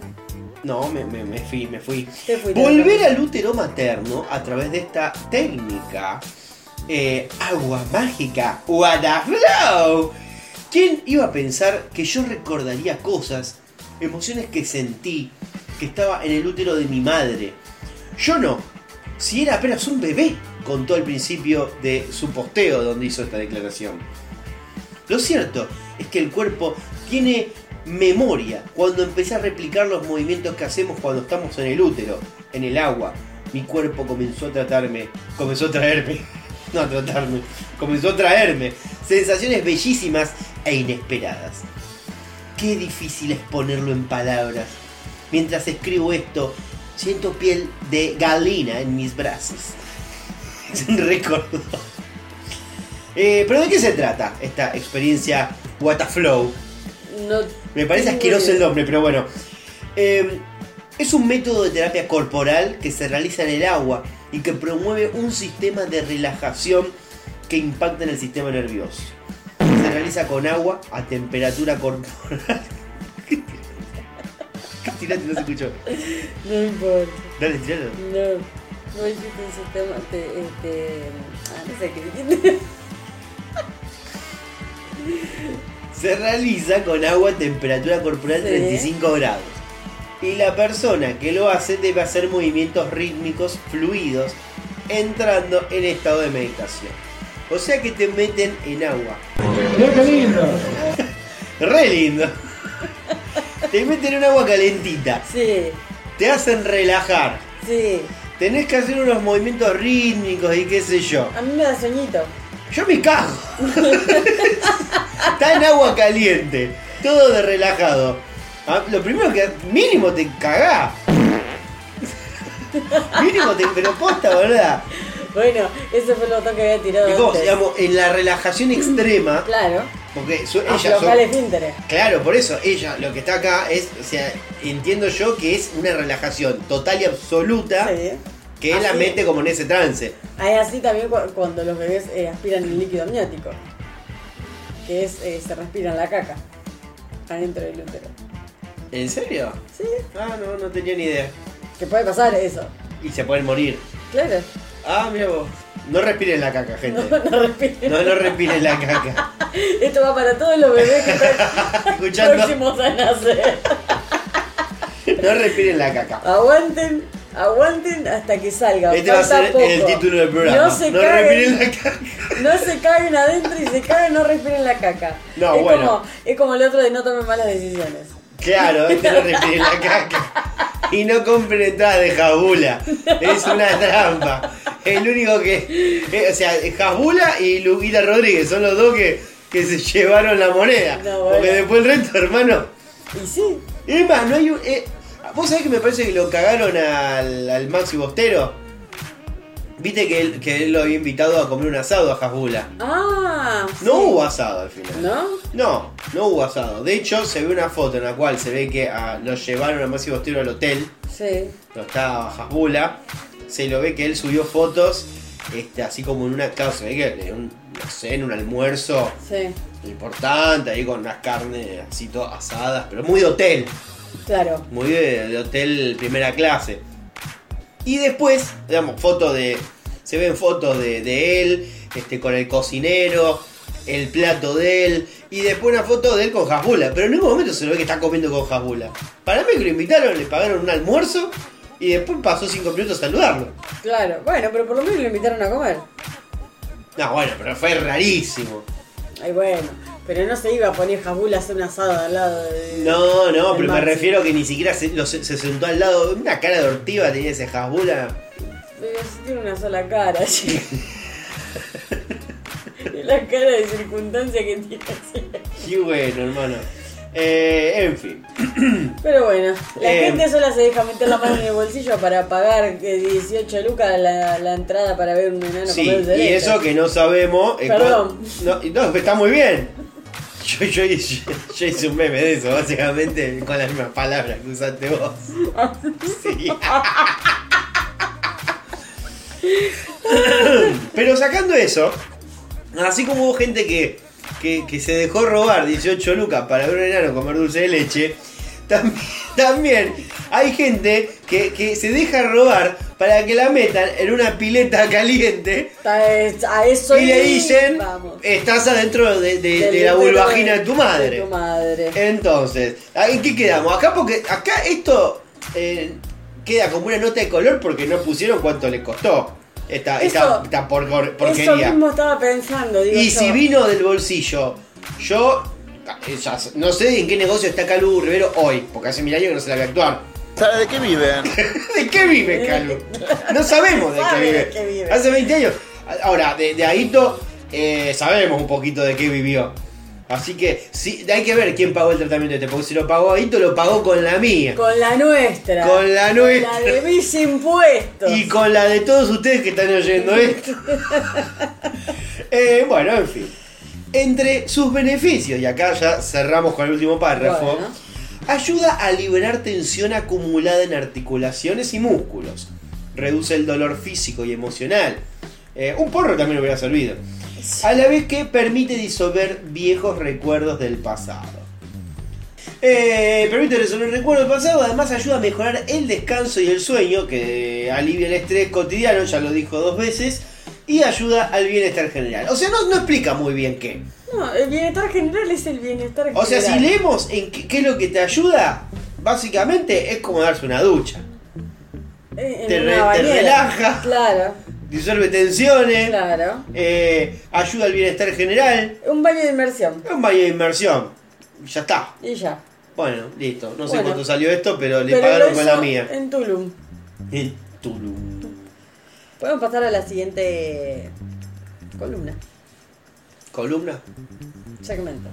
No, me, me- me fui, me fui. Te fuiste, Volver ¿no? al útero materno a través de esta técnica. eh, agua mágica. What a flow. ¿Quién iba a pensar que yo recordaría cosas, emociones que sentí, que estaba en el útero de mi madre? Yo no. Si era apenas un bebé. contó al principio de su posteo donde hizo esta declaración. Lo cierto es que el cuerpo tiene memoria cuando empecé a replicar los movimientos que hacemos cuando estamos en el útero, en el agua. Mi cuerpo comenzó a tratarme, comenzó a traerme, no a tratarme, comenzó a traerme sensaciones bellísimas e inesperadas. Qué difícil es ponerlo en palabras. Mientras escribo esto, siento piel de galina en mis brazos. Es un recuerdo. Eh, Pero ¿de qué se trata esta experiencia Wataflow? No Me parece tengo asqueroso idea. el nombre, pero bueno. Eh, es un método de terapia corporal que se realiza en el agua y que promueve un sistema de relajación que impacta en el sistema nervioso. Se realiza con agua a temperatura corporal. Tirate, no se escuchó. No importa. Dale, tiralo. No. No dijiste ese tema. Te, este. Ah, no sé qué dijiste. se realiza con agua a temperatura corporal Sí. 35 grados. Y la persona que lo hace debe hacer movimientos rítmicos fluidos entrando en estado de meditación. O sea que te meten en agua. ¡Re lindo! te meten en agua calentita. Sí, Te hacen relajar. sí. Tenés que hacer unos movimientos rítmicos y qué sé yo. A mí me da sueñito. Yo me cago. Está en agua caliente. Todo de relajado. Ah, Lo primero que. Mínimo te cagá. mínimo te. Pero posta, ¿verdad? Bueno, ese fue el botón que había tirado. Y vos, antes. digamos, en la relajación extrema. Claro. Porque su- ella. Aflojar son- el esfínteres. Claro, por eso, ella lo que está acá es. O sea, entiendo yo que es una relajación total y absoluta. Sí. Que él la Así. mete como en ese trance. Hay así también cu- cuando los bebés eh, aspiran el líquido amniótico. Que es, eh, se respira en la caca. Adentro del útero. ¿En serio? Sí. Ah, no, no tenía ni idea. Que puede pasar eso. Y se pueden morir. Claro. Ah, mira vos. No respiren la caca, gente. No, no respira. No, no respiren la caca. Esto va para todos los bebés que están Escuchando, próximos a nacer. no respiren la caca. Aguanten, aguanten hasta que salga. Este va a Falta ser poco. el título del programa. No se no respiren caguen. la caca. No se caguen adentro y se caguen, no respiren la caca. No, es bueno. Como, es como el otro de no tomen malas decisiones. Claro, este no respiren la caca. Y no compren entradas de jabula. Es una trampa. El único que. eh, o sea, jabula y Luguita Rodríguez son los dos que, que se llevaron la moneda. No, bueno. Porque después el resto, hermano. Y sí, Es más, no hay un. eh, ¿Vos sabés que me parece que lo cagaron al, al Maxi Bostero? Viste que él, que él lo había invitado a comer un asado a Hasbula. Ah, No sí. hubo asado al final. ¿No? No, no hubo asado. De hecho, se ve una foto en la cual se ve que ah, lo llevaron a Maxi Bostero al hotel. Sí. No estaba Hasbula. Se lo ve que él subió fotos. Este, así como en una casa, ve que en un, no sé, en un almuerzo Sí, importante, ahí con unas carnes así todas asadas, pero muy de hotel. claro. Muy de, de hotel primera clase. Y después, digamos, fotos de. Se ven fotos de, de él, este, con el cocinero, el plato de él, y después una foto de él con Hasbula. Pero en ningún momento se lo ve que está comiendo con Hasbula. Para mí que lo invitaron, le pagaron un almuerzo y después pasó cinco minutos a saludarlo. Claro. Bueno, pero por lo menos lo invitaron a comer. No, bueno, pero fue rarísimo. Ay, bueno. Pero no se iba a poner jabula a hacer un asado al lado de. No, no, del pero me Maxi. refiero que ni siquiera se, lo- se- se sentó al lado. Una cara de ortiva tenía ese Hasbula. Pero si tiene una sola cara, chico. y la cara de circunstancia que tiene así. Y bueno, hermano. Eh, en fin. Pero bueno, la Eh. gente sola se deja meter la mano en el bolsillo para pagar eh, 18 lucas la, la entrada para ver un enano Sí, comer y eso que no sabemos. eh, Perdón. cuán- No, no, está muy bien. Yo, yo, hice- yo hice un meme de eso, básicamente, con las mismas palabras que usaste vos. Sí. Pero sacando eso, así como hubo gente que, que, que se dejó robar 18 lucas para ver un enano comer dulce de leche, también, también hay gente que, que se deja robar para que la metan en una pileta caliente A eso y le dicen, Vamos. estás adentro de, de- Del de la útero vulvagina de tu madre. De tu madre. Entonces, ¿en qué quedamos? Acá porque acá esto eh, queda como una nota de color porque no pusieron cuánto le costó. esta, Eso- esta, esta porcor- Eso porquería. mismo estaba pensando, digo Y yo. si vino del bolsillo, yo eh, ya sé- no sé en qué negocio está Calu Rivero hoy, porque hace mil años que no se la ve actuar. ¿Sabe de qué viven? ¿De qué vive Calu? No sabemos de qué Sabe de vive. qué vive. Hace 20 años. Ahora, de, de Aito eh, sabemos un poquito de qué vivió. Así que sí, hay que ver quién pagó el tratamiento este, porque si lo pagó Aito, lo pagó con la mía. Con la nuestra. Con la nuestra. Con la de mis impuestos. Y con la de todos ustedes que están oyendo esto. Eh, bueno, en fin. Entre sus beneficios, y acá ya cerramos con el último párrafo, Bueno. ayuda a liberar tensión acumulada en articulaciones y músculos. Reduce el dolor físico y emocional. Eh, un porro también hubiera servido. A la vez que permite disolver viejos recuerdos del pasado. Eh, permite resolver recuerdos del pasado, además ayuda a mejorar el descanso y el sueño, que alivia el estrés cotidiano, ya lo dijo dos veces, y ayuda al bienestar general. O sea, no, no explica muy bien qué. No, el bienestar general es el bienestar general. O sea, si leemos en qué, qué es lo que te ayuda, básicamente es como darse una ducha. Eh, En- en te una re- te bañera. relaja. Claro, Disuelve tensiones, claro. eh, ayuda al bienestar general, Un baño de inmersión. es un baño de inmersión. Ya está. Y ya. Bueno, listo. No sé Bueno. cuánto salió esto, pero le Pero pagaron lo con la hizo eh. mía. En Tulum. En Tulum. Podemos pasar a la siguiente columna, Columna. segmento.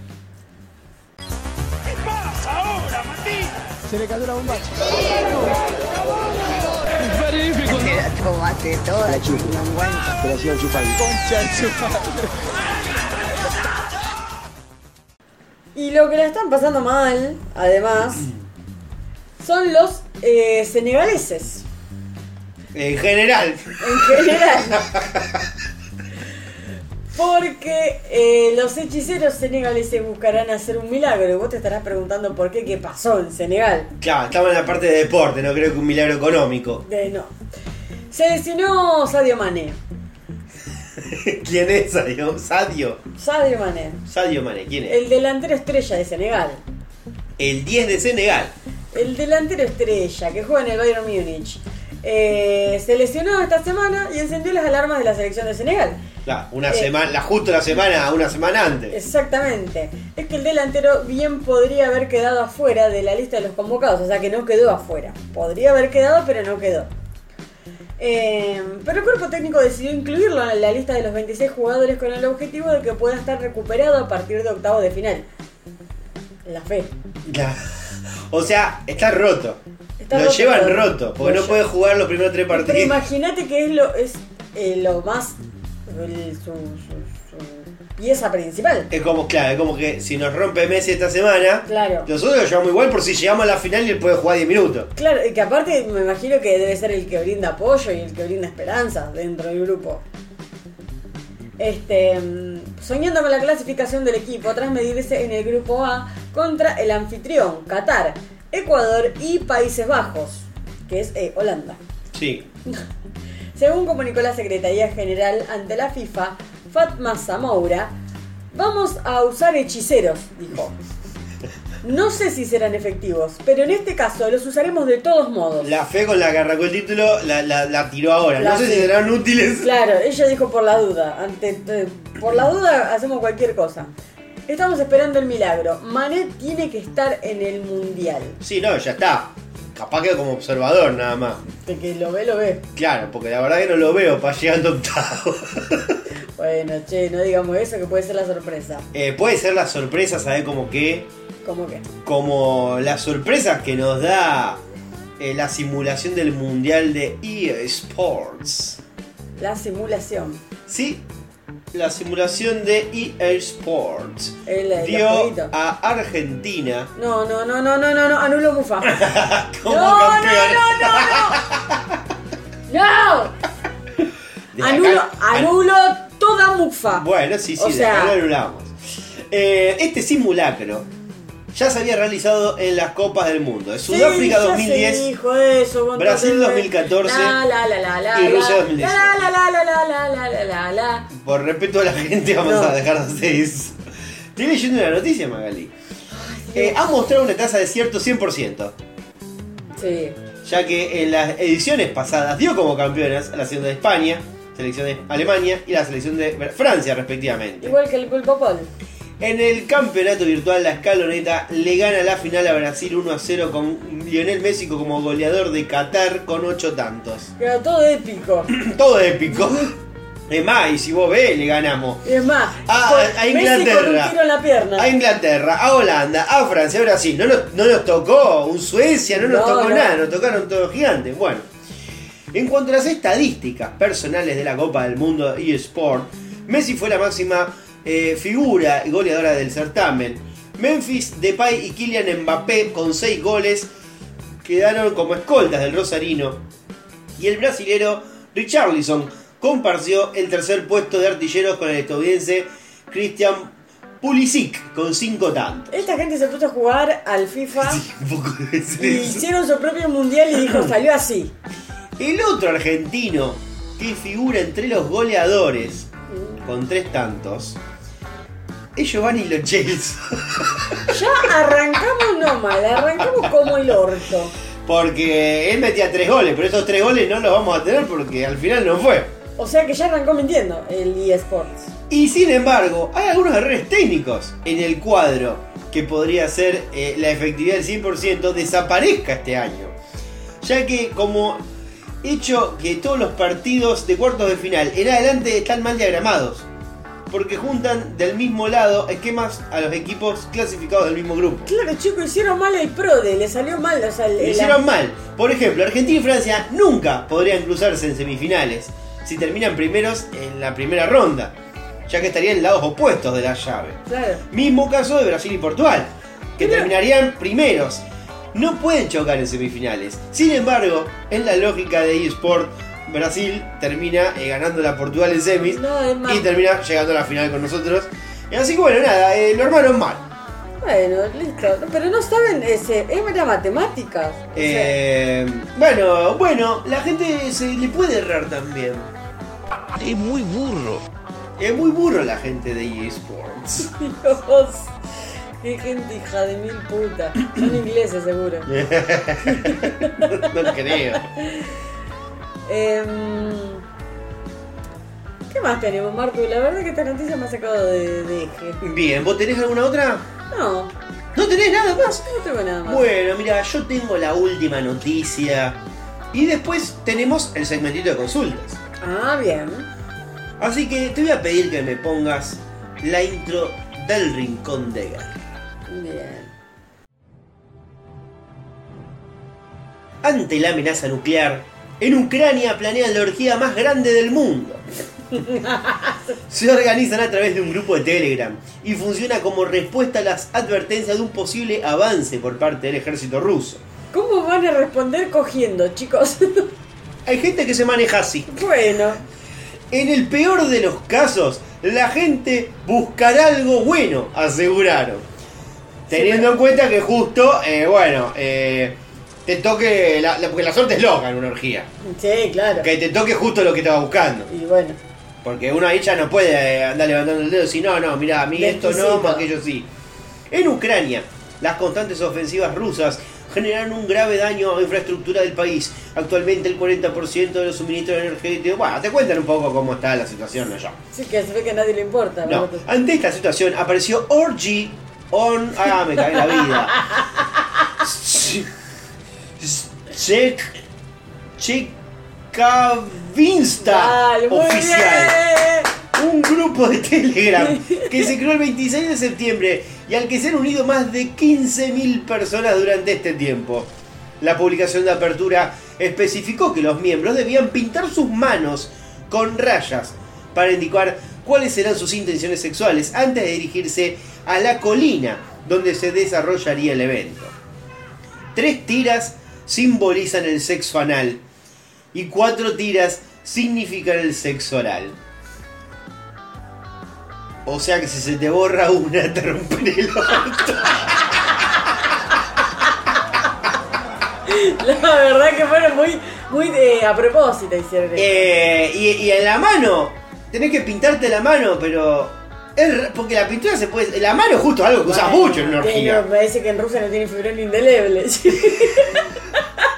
Y lo que la están pasando mal, además, son los eh, senegaleses En general. en general. Porque eh, los hechiceros senegaleses buscarán hacer un milagro. Y vos te estarás preguntando por qué, qué pasó en Senegal. Claro, estaba en la parte de deporte, no creo que un milagro económico. Eh, no. Se lesionó Sadio Mané. ¿Quién es Sadio? Sadio. Sadio Mané. Sadio Mané, ¿quién es? El delantero estrella de Senegal. El 10 de Senegal. El delantero estrella que juega en el Bayern Múnich. eh, se lesionó esta semana y encendió las alarmas de la selección de Senegal. Claro, una Eh. semana, la justo la semana, una semana antes. Exactamente. Es que el delantero bien podría haber quedado afuera de la lista de los convocados, o sea que no quedó afuera. Podría haber quedado, pero no quedó. Eh, pero el cuerpo técnico decidió incluirlo en la lista de los 26 jugadores con el objetivo de que pueda estar recuperado a partir de octavos de final. La fe. Claro. O sea, está roto. Está lo roto, llevan pero- roto, porque lo no puede llevan. jugar los primeros tres Pero partidos. imagínate que es lo, es, eh, lo más. el- su, su- su pieza principal. Es como, claro, es como que si nos rompe Messi esta semana, Claro. nosotros lo llevamos igual por si llegamos a la final y él puede jugar 10 minutos. Claro, y que aparte me imagino que debe ser el que brinda apoyo y el que brinda esperanza dentro del grupo. Este, mm, soñando con la clasificación del equipo tras medirse en el grupo A contra el anfitrión, Qatar, Ecuador y Países Bajos, que es eh, Holanda. Sí. Según comunicó la Secretaría General ante la FIFA, Fatma Zamoura, vamos a usar hechiceros, dijo. No sé si serán efectivos, pero en este caso los usaremos de todos modos. La fe con la que arrancó el título la, la- la tiró ahora. La no sé fe. si serán útiles. Claro, ella dijo por la duda. Ante, te- por la duda hacemos cualquier cosa. Estamos esperando el milagro. Mané tiene que estar en el mundial. Sí, no, ya está. Capaz que como observador nada más. De que lo ve, lo ve. Claro, porque la verdad que no lo veo para llegando octavo. Bueno, che, no digamos eso que puede ser la sorpresa. Eh, puede ser la sorpresa, ¿sabes? Como que. ¿Cómo que? Como las sorpresas que nos da eh, la simulación del mundial de eSports. La simulación. Sí, la simulación de eSports. El, el Dio jueguito. a Argentina No, no, no, no, no, no, no. Anulo Mufa. como no, campeón. no, no, no, no. No. Desde Anulo, acá- anulo toda Mufa. Bueno, sí, sí, O de sea- acá lo anulamos. Eh, este simulacro ya se había realizado en las Copas del Mundo. En Sudáfrica Sí, ya 2010. se dijo eso, vos Brasil entonces- 2014 La, la, la, la, la, y Rusia la, 2018. La, la, la, la, la, la, la, la, la. Por respeto a la gente, vamos No. a dejar de hacer eso. Estoy leyendo una noticia, Magali. Eh, ha mostrado una tasa de cierto 100%, Sí, ya que en las ediciones pasadas dio como campeonas a la selección de España, selección de Alemania y la selección de Ver- Francia, respectivamente. Igual que el Pulpopol. En el campeonato virtual, la escaloneta le gana la final a Brasil 1 a 0 con Lionel Messi como goleador de Qatar con 8 tantos. Quedó todo épico. Todo épico. Es más, y si vos ves, le ganamos. Y es más, A, con- a Messi con un Ah, Inglaterra. tiro en la pierna. A Inglaterra, a Holanda, a Francia, a Brasil. No nos, no nos tocó un Suecia, no nos No, tocó no. nada, nos tocaron todos gigantes. Bueno, en cuanto a las estadísticas personales de la Copa del Mundo eSport, Messi fue la máxima eh, figura y goleadora del certamen. Memphis, Depay y Kylian Mbappé con 6 goles quedaron como escoltas del Rosarino. Y el brasilero Richarlison compartió el tercer puesto de artilleros con el estadounidense Christian Pulisic con 5 tantos. Esta gente se puso a jugar al FIFA Un poco de eso. y hicieron su propio mundial y dijo, salió así. El otro argentino que figura entre los goleadores con 3 tantos es Giovanni Lo Celso. Ya arrancamos no mal, arrancamos como el orto. Porque él metía 3 goles, pero esos 3 goles no los vamos a tener porque al final no fue. O sea que ya arrancó mintiendo el eSports. Y sin embargo, hay algunos errores técnicos en el cuadro que podría ser eh, la efectividad del 100% desaparezca este año. Ya que como hecho que todos los partidos de cuartos de final en adelante están mal diagramados. Porque juntan del mismo lado esquemas a los equipos clasificados del mismo grupo. Claro, chicos, hicieron mal el PRODE, le salió mal, o sea, el- Lo el- hicieron mal. Por ejemplo, Argentina y Francia nunca podrían cruzarse en semifinales si terminan primeros en la primera ronda. Ya que estarían lados opuestos de la llave. Claro. Mismo caso de Brasil y Portugal, que Pero- terminarían primeros. No pueden chocar en semifinales. Sin embargo, en la lógica de eSport, Brasil termina eh, ganando la Portugal en semis No, es más. y termina llegando a la final con nosotros. Así que bueno, nada, eh, lo armaron mal. Bueno, listo. No, Pero no saben, ese, es la matemática. O sea, Eh, bueno, bueno, la gente se le puede errar también. Es muy burro. Es muy burro la gente de eSports. Dios. Qué gente hija de mil puta. Son ingleses seguro. no creo. Em, ¿Qué más tenemos, Martu? La verdad que esta noticia me ha sacado de, de eje. Bien, ¿vos tenés alguna otra? No, ¿No tenés nada más? no tengo nada más. Bueno, mira, yo tengo la última noticia. Y después tenemos el segmentito de consultas. Ah, bien. Así que te voy a pedir que me pongas la intro del Rincón de Guerra. Bien. Ante la amenaza nuclear, en Ucrania planean la orgía más grande del mundo. Se organizan a través de un grupo de Telegram y funciona como respuesta a las advertencias de un posible avance por parte del ejército ruso. ¿Cómo van a responder cogiendo, chicos? Hay gente que se maneja así. bueno, En el peor de los casos, la gente buscará algo bueno, aseguraron. Teniendo en cuenta que justo, eh, bueno, eh, te toque, la, la- porque la suerte es loca en una orgía. sí, claro. Que te toque justo lo que estaba buscando. Y bueno, Porque uno ahí ya no puede eh, andar levantando el dedo y decir, no, no, mira, a mí esto no, Exquisito. más aquello sí. En Ucrania, las constantes ofensivas rusas generaron un grave daño a la infraestructura del país. Actualmente el 40% de los suministros energéticos... Bueno, te cuentan un poco cómo está la situación allá. sí que se ve que a nadie le importa. No, Martu. ante esta situación apareció Orgy on... Ah, me cagué la vida. Check... Chekavinsta Dale, muy oficial bien. un grupo de Telegram que se creó el 26 de septiembre y al que se han unido más de 15.000 personas durante este tiempo. La publicación de apertura especificó que los miembros debían pintar sus manos con rayas para indicar cuáles serán sus intenciones sexuales antes de dirigirse a la colina donde se desarrollaría el evento. Tres tiras simbolizan el sexo anal y cuatro tiras significan el sexo oral. O sea que si se te borra una, te rompen el orto. La verdad que fueron muy, muy eh, a propósito hicieron eso. Eh, y, y en la mano, tenés que pintarte la mano, pero. es ra- porque la pintura se puede. La mano es justo algo que usas Bueno, mucho en una que orgía. no, parece que en Rusia no tiene fibrón indeleble.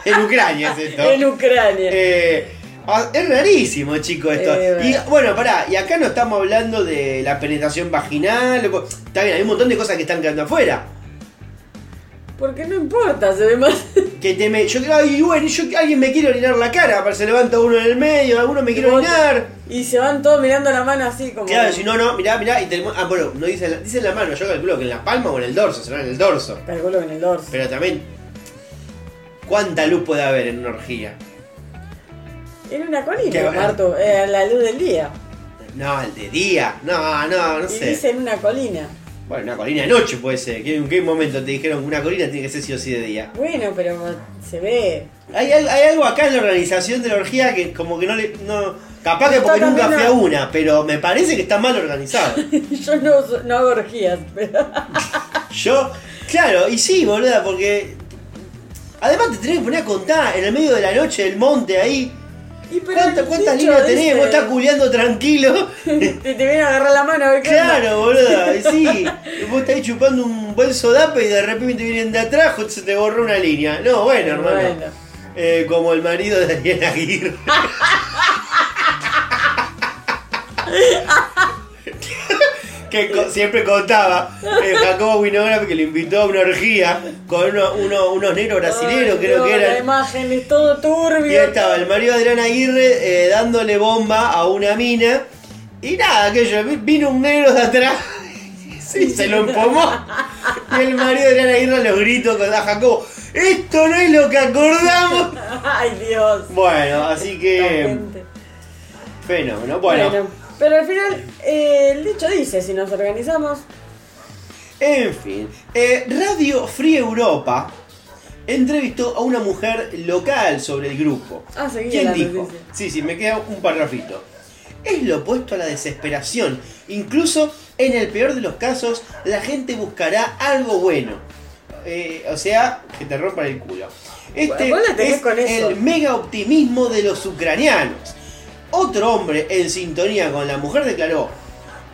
En Ucrania es esto. En Ucrania. Eh, Ah, es rarísimo, chico, esto. Eh, y bueno. bueno, pará, y acá no estamos hablando de la penetración vaginal. o co- Está bien, hay un montón de cosas que están quedando afuera. Porque no importa, se ve más. Que te me. Yo creo, ay, bueno, yo, alguien me quiere orinar la cara, pero se levanta uno en el medio, alguno me quiere Vos- orinar. Y se van todos mirando la mano así como. Claro, si no, no, mirá, mirá, y tenemos. Ah, bueno, no dice, en la- dice en la mano, yo calculo que en la palma o en el dorso, será en el dorso. Calculo que en el dorso. Pero también. ¿Cuánta luz puede haber en una orgía? Era una Qué colina, bueno. Marto, eh, a la luz del día. No, el de día. No, no, no y sé. dicen una colina. Bueno, una colina de noche puede ser. ¿Que ¿En qué momento te dijeron que una colina tiene que ser sí o sí de día? Bueno, pero se ve. Hay, al- hay algo acá en la organización de la orgía que como que no le... No, capaz que Está porque nunca también fui la- a una, pero me parece que está mal organizado. Yo no, uso- no hago orgías, pero. Yo, claro, y sí, boluda, porque... Además te tenés que poner a contar en el medio de la noche del monte ahí. Y pero ¿Cuántas, el cuántas bicho líneas tenés? dice- Vos estás culeando tranquilo. Te, te viene a agarrar la mano a ver qué onda. Claro, boluda, y sí. Vos estás ahí chupando un buen sodape y de repente vienen de atrás, se te borró una línea. No, bueno, hermano. Bueno. Eh, como el marido de Ariana Aguirre. que co- siempre contaba eh, Jacobo Winograph que le invitó a una orgía con uno- uno- unos negros brasileños, Ay, creo no, que La eran. imagen es todo Y turbio. ahí estaba el marido de Adriana Aguirre eh, dándole bomba a una mina. Y nada, aquello, vi- vino un negro de atrás y se lo empomó. Y el marido de Adriana Aguirre los gritó con a Jacobo. Esto no es lo que acordamos. Ay, Dios. Bueno, así que. Gente. Fenómeno. Em, Bueno, Pero al final, eh, el dicho dice: si nos organizamos, en fin. Eh, Radio Free Europa entrevistó a una mujer local sobre el grupo. Ah, seguía ¿Quién la dijo? noticia. Sí, sí, me queda un parrafito. Es lo opuesto a la desesperación. Incluso en el peor de los casos, la gente buscará algo bueno. Eh, o sea, que te rompan el culo. Este Bueno, vos la tenés es con eso. el mega optimismo de los ucranianos. Otro hombre en sintonía con la mujer declaró,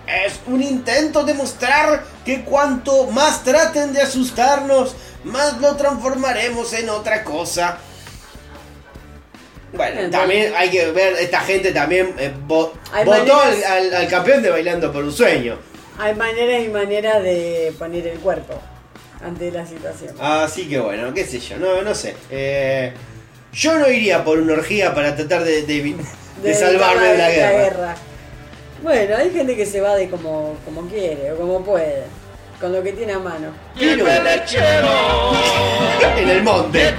es un intento de mostrar que cuanto más traten de asustarnos, más lo transformaremos en otra cosa. Bueno, Entonces- también hay que ver, esta gente también eh, vo- Hay votó al, maneras- al- al campeón de Bailando por un Sueño. hay maneras y maneras de poner el cuerpo ante la Ah, situación. Así que bueno, qué sé yo, no, no sé. Eh, yo no iría por una orgía para tratar de, de- de salvarme de la guerra. Bueno, hay gente que se va de como, como quiere o como puede, con lo que tiene a mano. Pero- en el monte.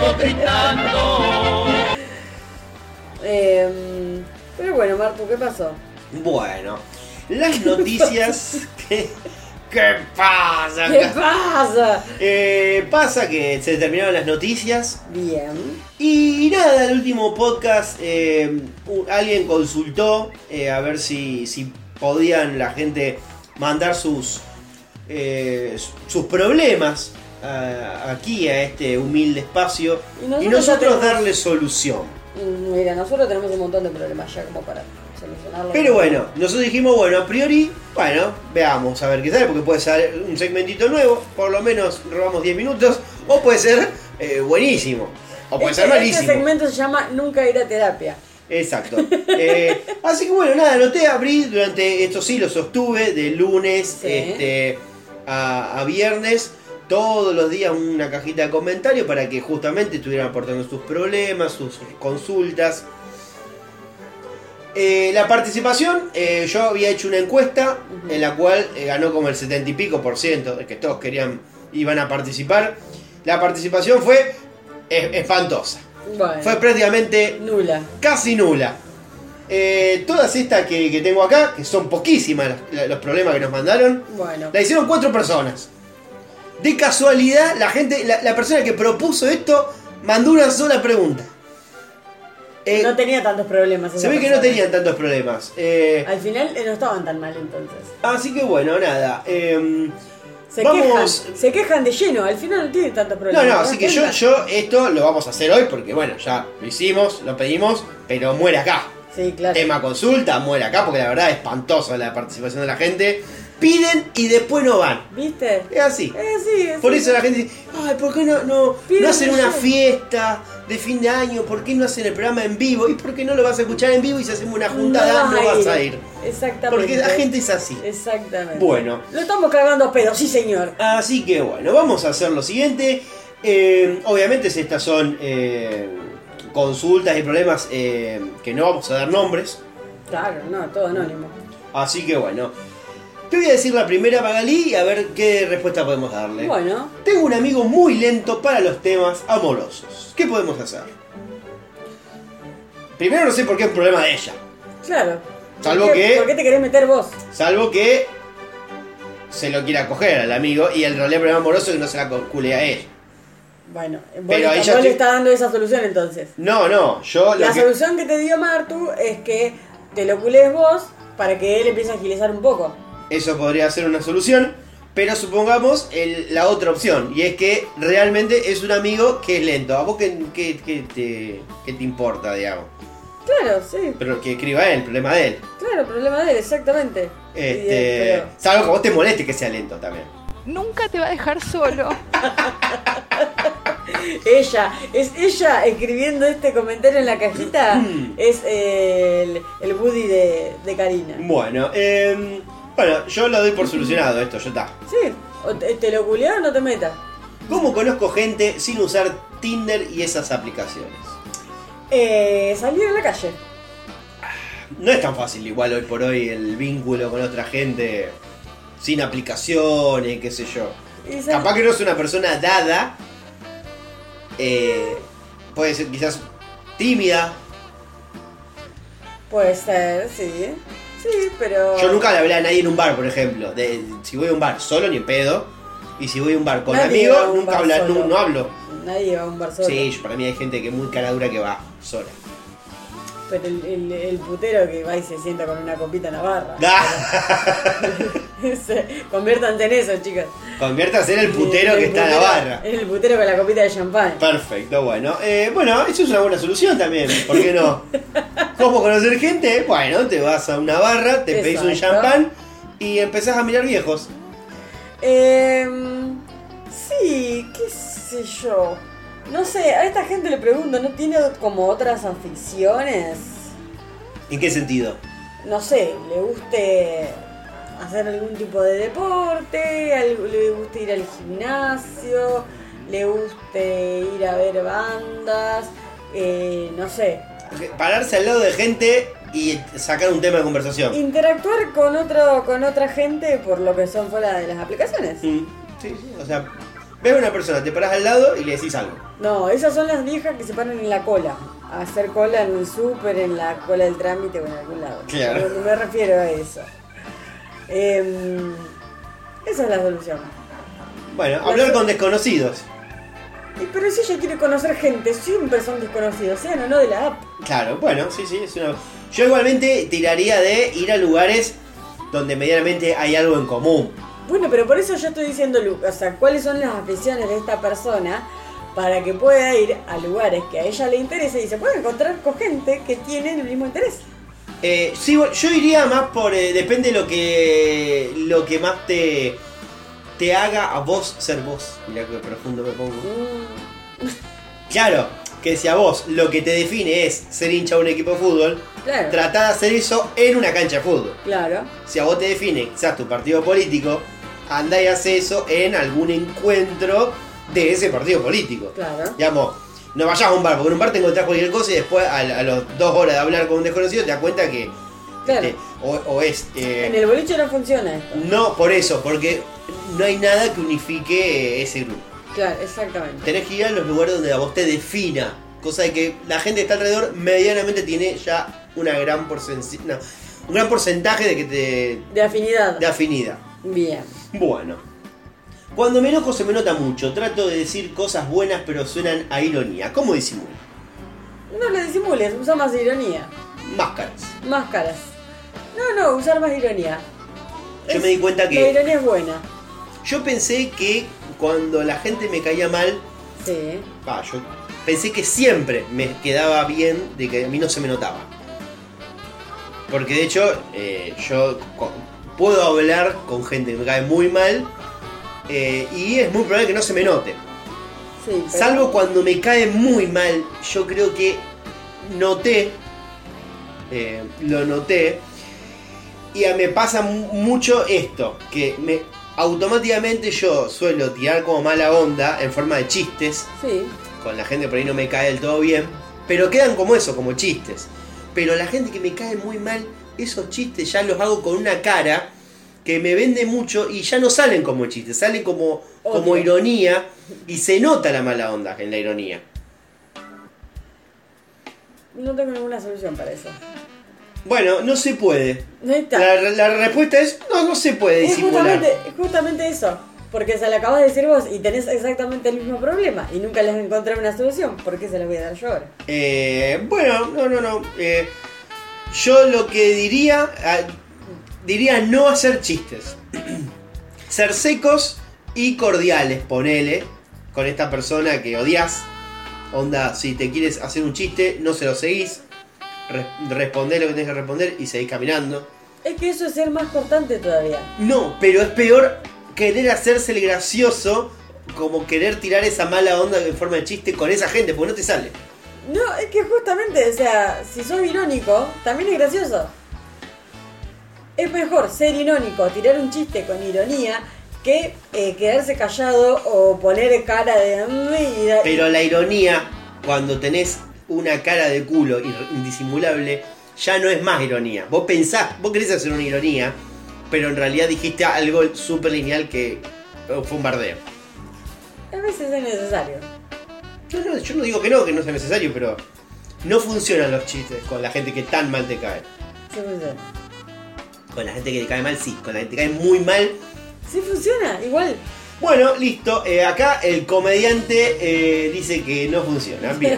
Eh, pero bueno, Martu, ¿qué pasó? Bueno, las noticias que... ¿Qué pasa? ¿Qué pasa? Eh, pasa que se terminaron las noticias Bien. y nada, el último podcast eh, u- alguien consultó eh, a ver si, si podían la gente mandar sus, eh, su- sus problemas a- aquí a este humilde espacio Y y nosotros, nosotros ya tenemos- darle solución. Mm, Mira, nosotros tenemos un montón de problemas ya como para solucionarlo. Pero bueno, nosotros dijimos, bueno, a priori, bueno, veamos a ver qué sale, porque puede ser un segmentito nuevo, por lo menos robamos 10 minutos, o puede ser eh, buenísimo, o puede este, ser malísimo. este segmento se llama Nunca ir a terapia. Exacto. Eh, así que bueno, nada, anoté, abrí durante, esto sí, lo sostuve, de lunes Sí. este, a, a viernes, todos los días una cajita de comentarios para que justamente estuvieran aportando sus problemas, sus consultas. Eh, la participación, eh, yo había hecho una encuesta Ujú. en la cual eh, ganó como el 70 y pico por ciento, de que todos querían, iban a participar. La participación fue eh, espantosa. Bueno, Fue prácticamente nula. casi nula. Eh, todas estas que, que tengo acá, que son poquísimas las- la- los problemas que nos mandaron, Bueno, la hicieron cuatro personas. De casualidad, la gente, la, la persona que propuso esto mandó una sola pregunta. Eh, no tenía tantos problemas. se esa ve que no persona. tenían tantos problemas. Eh, Al final eh, no estaban tan mal entonces. así que bueno, nada. em, Se Vamos. quejan, se quejan de lleno, al final no tienen tantos No, problemas. no, ¿te das así que yo, cuenta? yo esto lo vamos a hacer hoy porque bueno, ya lo hicimos, lo pedimos, pero muere acá. Sí, claro. Tema consulta, muere acá porque la verdad es espantoso la participación de la gente. Piden y después no van. ¿Viste? Es así. Eh, sí, es Por así. eso la gente dice, ay, ¿por qué no, no, Piden no hacen que una llegue". fiesta de fin de año? ¿Por qué no hacen el programa en vivo? ¿Y por qué no lo vas a escuchar en vivo y si hacemos una juntada no, vas a ir? Exactamente. Porque la gente es así. Exactamente. Bueno. Lo estamos cagando a pedo, sí señor. Así que bueno, vamos a hacer lo siguiente. Eh, obviamente si estas son eh, consultas y problemas eh, que no vamos a dar nombres. Claro, no, todo anónimo. Así que bueno. Te voy a decir la primera, Magalí, y a ver qué respuesta podemos darle. Bueno, Tengo un amigo muy lento para los temas amorosos. ¿Qué podemos hacer? Primero no sé por qué es un problema de ella. claro. Salvo ¿Por que- qué, ¿Por qué te querés meter vos? Salvo que se lo quiera coger al amigo y el realidad problema amoroso es que no se la co- culea a ella. Bueno, vos, Pero le, ahí ya vos le estoy- estás dando esa solución entonces. No, no, yo lo La que- solución que te dio Martu es que te lo culees vos para que él empiece a agilizar un poco. Eso podría ser una solución. Pero supongamos el- la otra opción. Y es que realmente es un amigo que es lento. ¿A vos qué, qué- qué te, qué te importa, digamos? Claro, sí, Pero que escriba él, problema de él. claro, problema de él, exactamente. Y Este, de- Salvo que a vos te moleste que sea lento también. Nunca te va a dejar solo. pero ella, es ella escribiendo este comentario en la cajita, es eh, el, el Woody de, de Karina. Bueno, em, bueno, yo lo doy por solucionado esto, ya está. Sí, o te, te lo culeo o no te metas. ¿Cómo conozco gente sin usar Tinder y esas aplicaciones? Eh, salir a la calle. No es tan fácil igual hoy por hoy el vínculo con otra gente sin aplicaciones, qué sé yo. Y sal- Capaz que no es una persona dada. eh, puede ser quizás tímida. Puede ser, sí. Sí, pero. Yo nunca le hablé a nadie en un bar, por ejemplo. De- si voy a un bar solo, ni en pedo. Y si voy a un bar con Nadie va a amigos, un nunca bar habla, solo. no, no hablo. Nadie va a un bar solo. Sí, yo- para mí hay gente que es muy cara dura que va sola. Pero el, el- el putero que va y se sienta con una copita en la barra. Se- Conviértanse en eso, chicas. Conviértase en el putero El- que el está en la putero- barra. El putero con la copita de champán. Perfecto, bueno. Eh, bueno, eso es una buena solución también, ¿por qué no? ¿Cómo conocer gente? Bueno, te vas a una barra, te pedís un Exacto. champán y empezás a mirar viejos. Em, sí, qué sé yo. No sé, a esta gente le pregunto, ¿no tiene como otras aficiones? ¿En qué sentido? No sé, le guste hacer algún tipo de deporte, al- le guste ir al gimnasio, le guste ir a ver bandas, eh, no sé, Pararse al lado de gente y sacar un tema de conversación. Interactuar con otro, con otra gente por lo que son fuera de las aplicaciones. Mm, Sí, sí, o sea, ves a una persona, te parás al lado y le decís algo. No, esas son las viejas que se paran en la cola. A hacer cola en un súper, en la cola del trámite o en algún lado. Claro. No me refiero a eso. Em, esa es la solución. Bueno, hablar con desconocidos. Y Pero si ella quiere conocer gente, siempre son desconocidos, sean o no de la app. Claro, bueno, sí, sí, es una... Yo igualmente tiraría de ir a lugares donde medianamente hay algo en común. Bueno, pero por eso yo estoy diciendo, Lu- o sea, cuáles son las aficiones de esta persona para que pueda ir a lugares que a ella le interese y se pueda encontrar con gente que tiene el mismo interés. Eh, sí, bueno, yo iría más por. eh, depende lo que. Lo que más te. Te haga a vos ser vos. Mirá que profundo me pongo. Mm, Claro, que si a vos lo que te define es ser hincha de un equipo de fútbol, Claro. tratá de hacer eso en una cancha de fútbol. claro. Si a vos te define quizás tu partido político, andá y hace eso en algún encuentro de ese partido político. Claro. Digamos, no vayas a un bar, porque en un bar te encontrás cualquier cosa y después a, a los dos horas de hablar con un desconocido te das cuenta que Claro. este, o, o es. eh, En el boliche no funciona esto. No, por eso, porque no hay nada que unifique eh, ese grupo. Claro, exactamente. Tenés que ir a los lugares donde a vos te defina. Cosa de que la gente que está alrededor medianamente tiene ya una gran porcen- no, un gran porcentaje de que te. De afinidad. de afinidad. Bien. Bueno. Cuando me enojo se me nota mucho. Trato de decir cosas buenas pero suenan a ironía. ¿Cómo disimulo? No lo disimules, usa más ironía. Máscaras. Más caras. No, no, usar más ironía. Yo Es- me di cuenta La que. ironía es buena. Yo pensé que cuando la gente me caía mal, Sí. Ah, yo pensé que siempre me quedaba bien de que a mí no se me notaba. Porque de hecho, eh, yo co- puedo hablar con gente que me cae muy mal eh, y es muy probable que no se me note. Sí, pero- Salvo cuando me cae muy mal, yo creo que noté, eh, lo noté, y a- me pasa mu- mucho esto, que me, automáticamente yo suelo tirar como mala onda en forma de chistes, Sí, con la gente que por ahí no me cae del todo bien, pero quedan como eso, como chistes. Pero la gente que me cae muy mal, esos chistes ya los hago con una cara que me vende mucho y ya no salen como chistes, salen como, como Odio. ironía y se nota la mala onda en la ironía. no tengo ninguna solución para eso. Bueno, no se puede. No está. La, la respuesta es, no, no se puede Es disimular. justamente, es justamente eso. Porque se lo acabas de decir vos y tenés exactamente el mismo problema y nunca les encontré una solución. ¿Por qué se lo voy a dar yo ahora? Eh, bueno, no, no, no. eh, yo lo que diría, ah, diría no hacer chistes. Ser secos y cordiales, ponele, con esta persona que odias. Onda, si te quieres hacer un chiste, no se lo seguís. Res- respondé lo que tenés que responder y seguís caminando. Es que eso es ser más constante todavía. No, pero es peor querer hacerse el gracioso como querer tirar esa mala onda en forma de chiste con esa gente, porque no te sale. No, es que justamente, o sea, si sos irónico, también es gracioso. Es mejor ser irónico, tirar un chiste con ironía, que eh, quedarse callado o poner cara de... "Mm", y da- Pero la ironía, cuando tenés una cara de culo ir- indisimulable, ya no es más ironía. Vos pensás, vos querés hacer una ironía, pero en realidad dijiste algo súper lineal que eh, fue un bardeo. A veces es necesario. No, no, yo no digo que no, que no sea necesario, pero no funcionan los chistes con la gente que tan mal te cae. Sí funciona. Con la gente que te cae mal, sí. Con la gente que te cae muy mal, Sí funciona, igual. Bueno, listo. Eh, acá el comediante eh, dice que no funciona. Bien.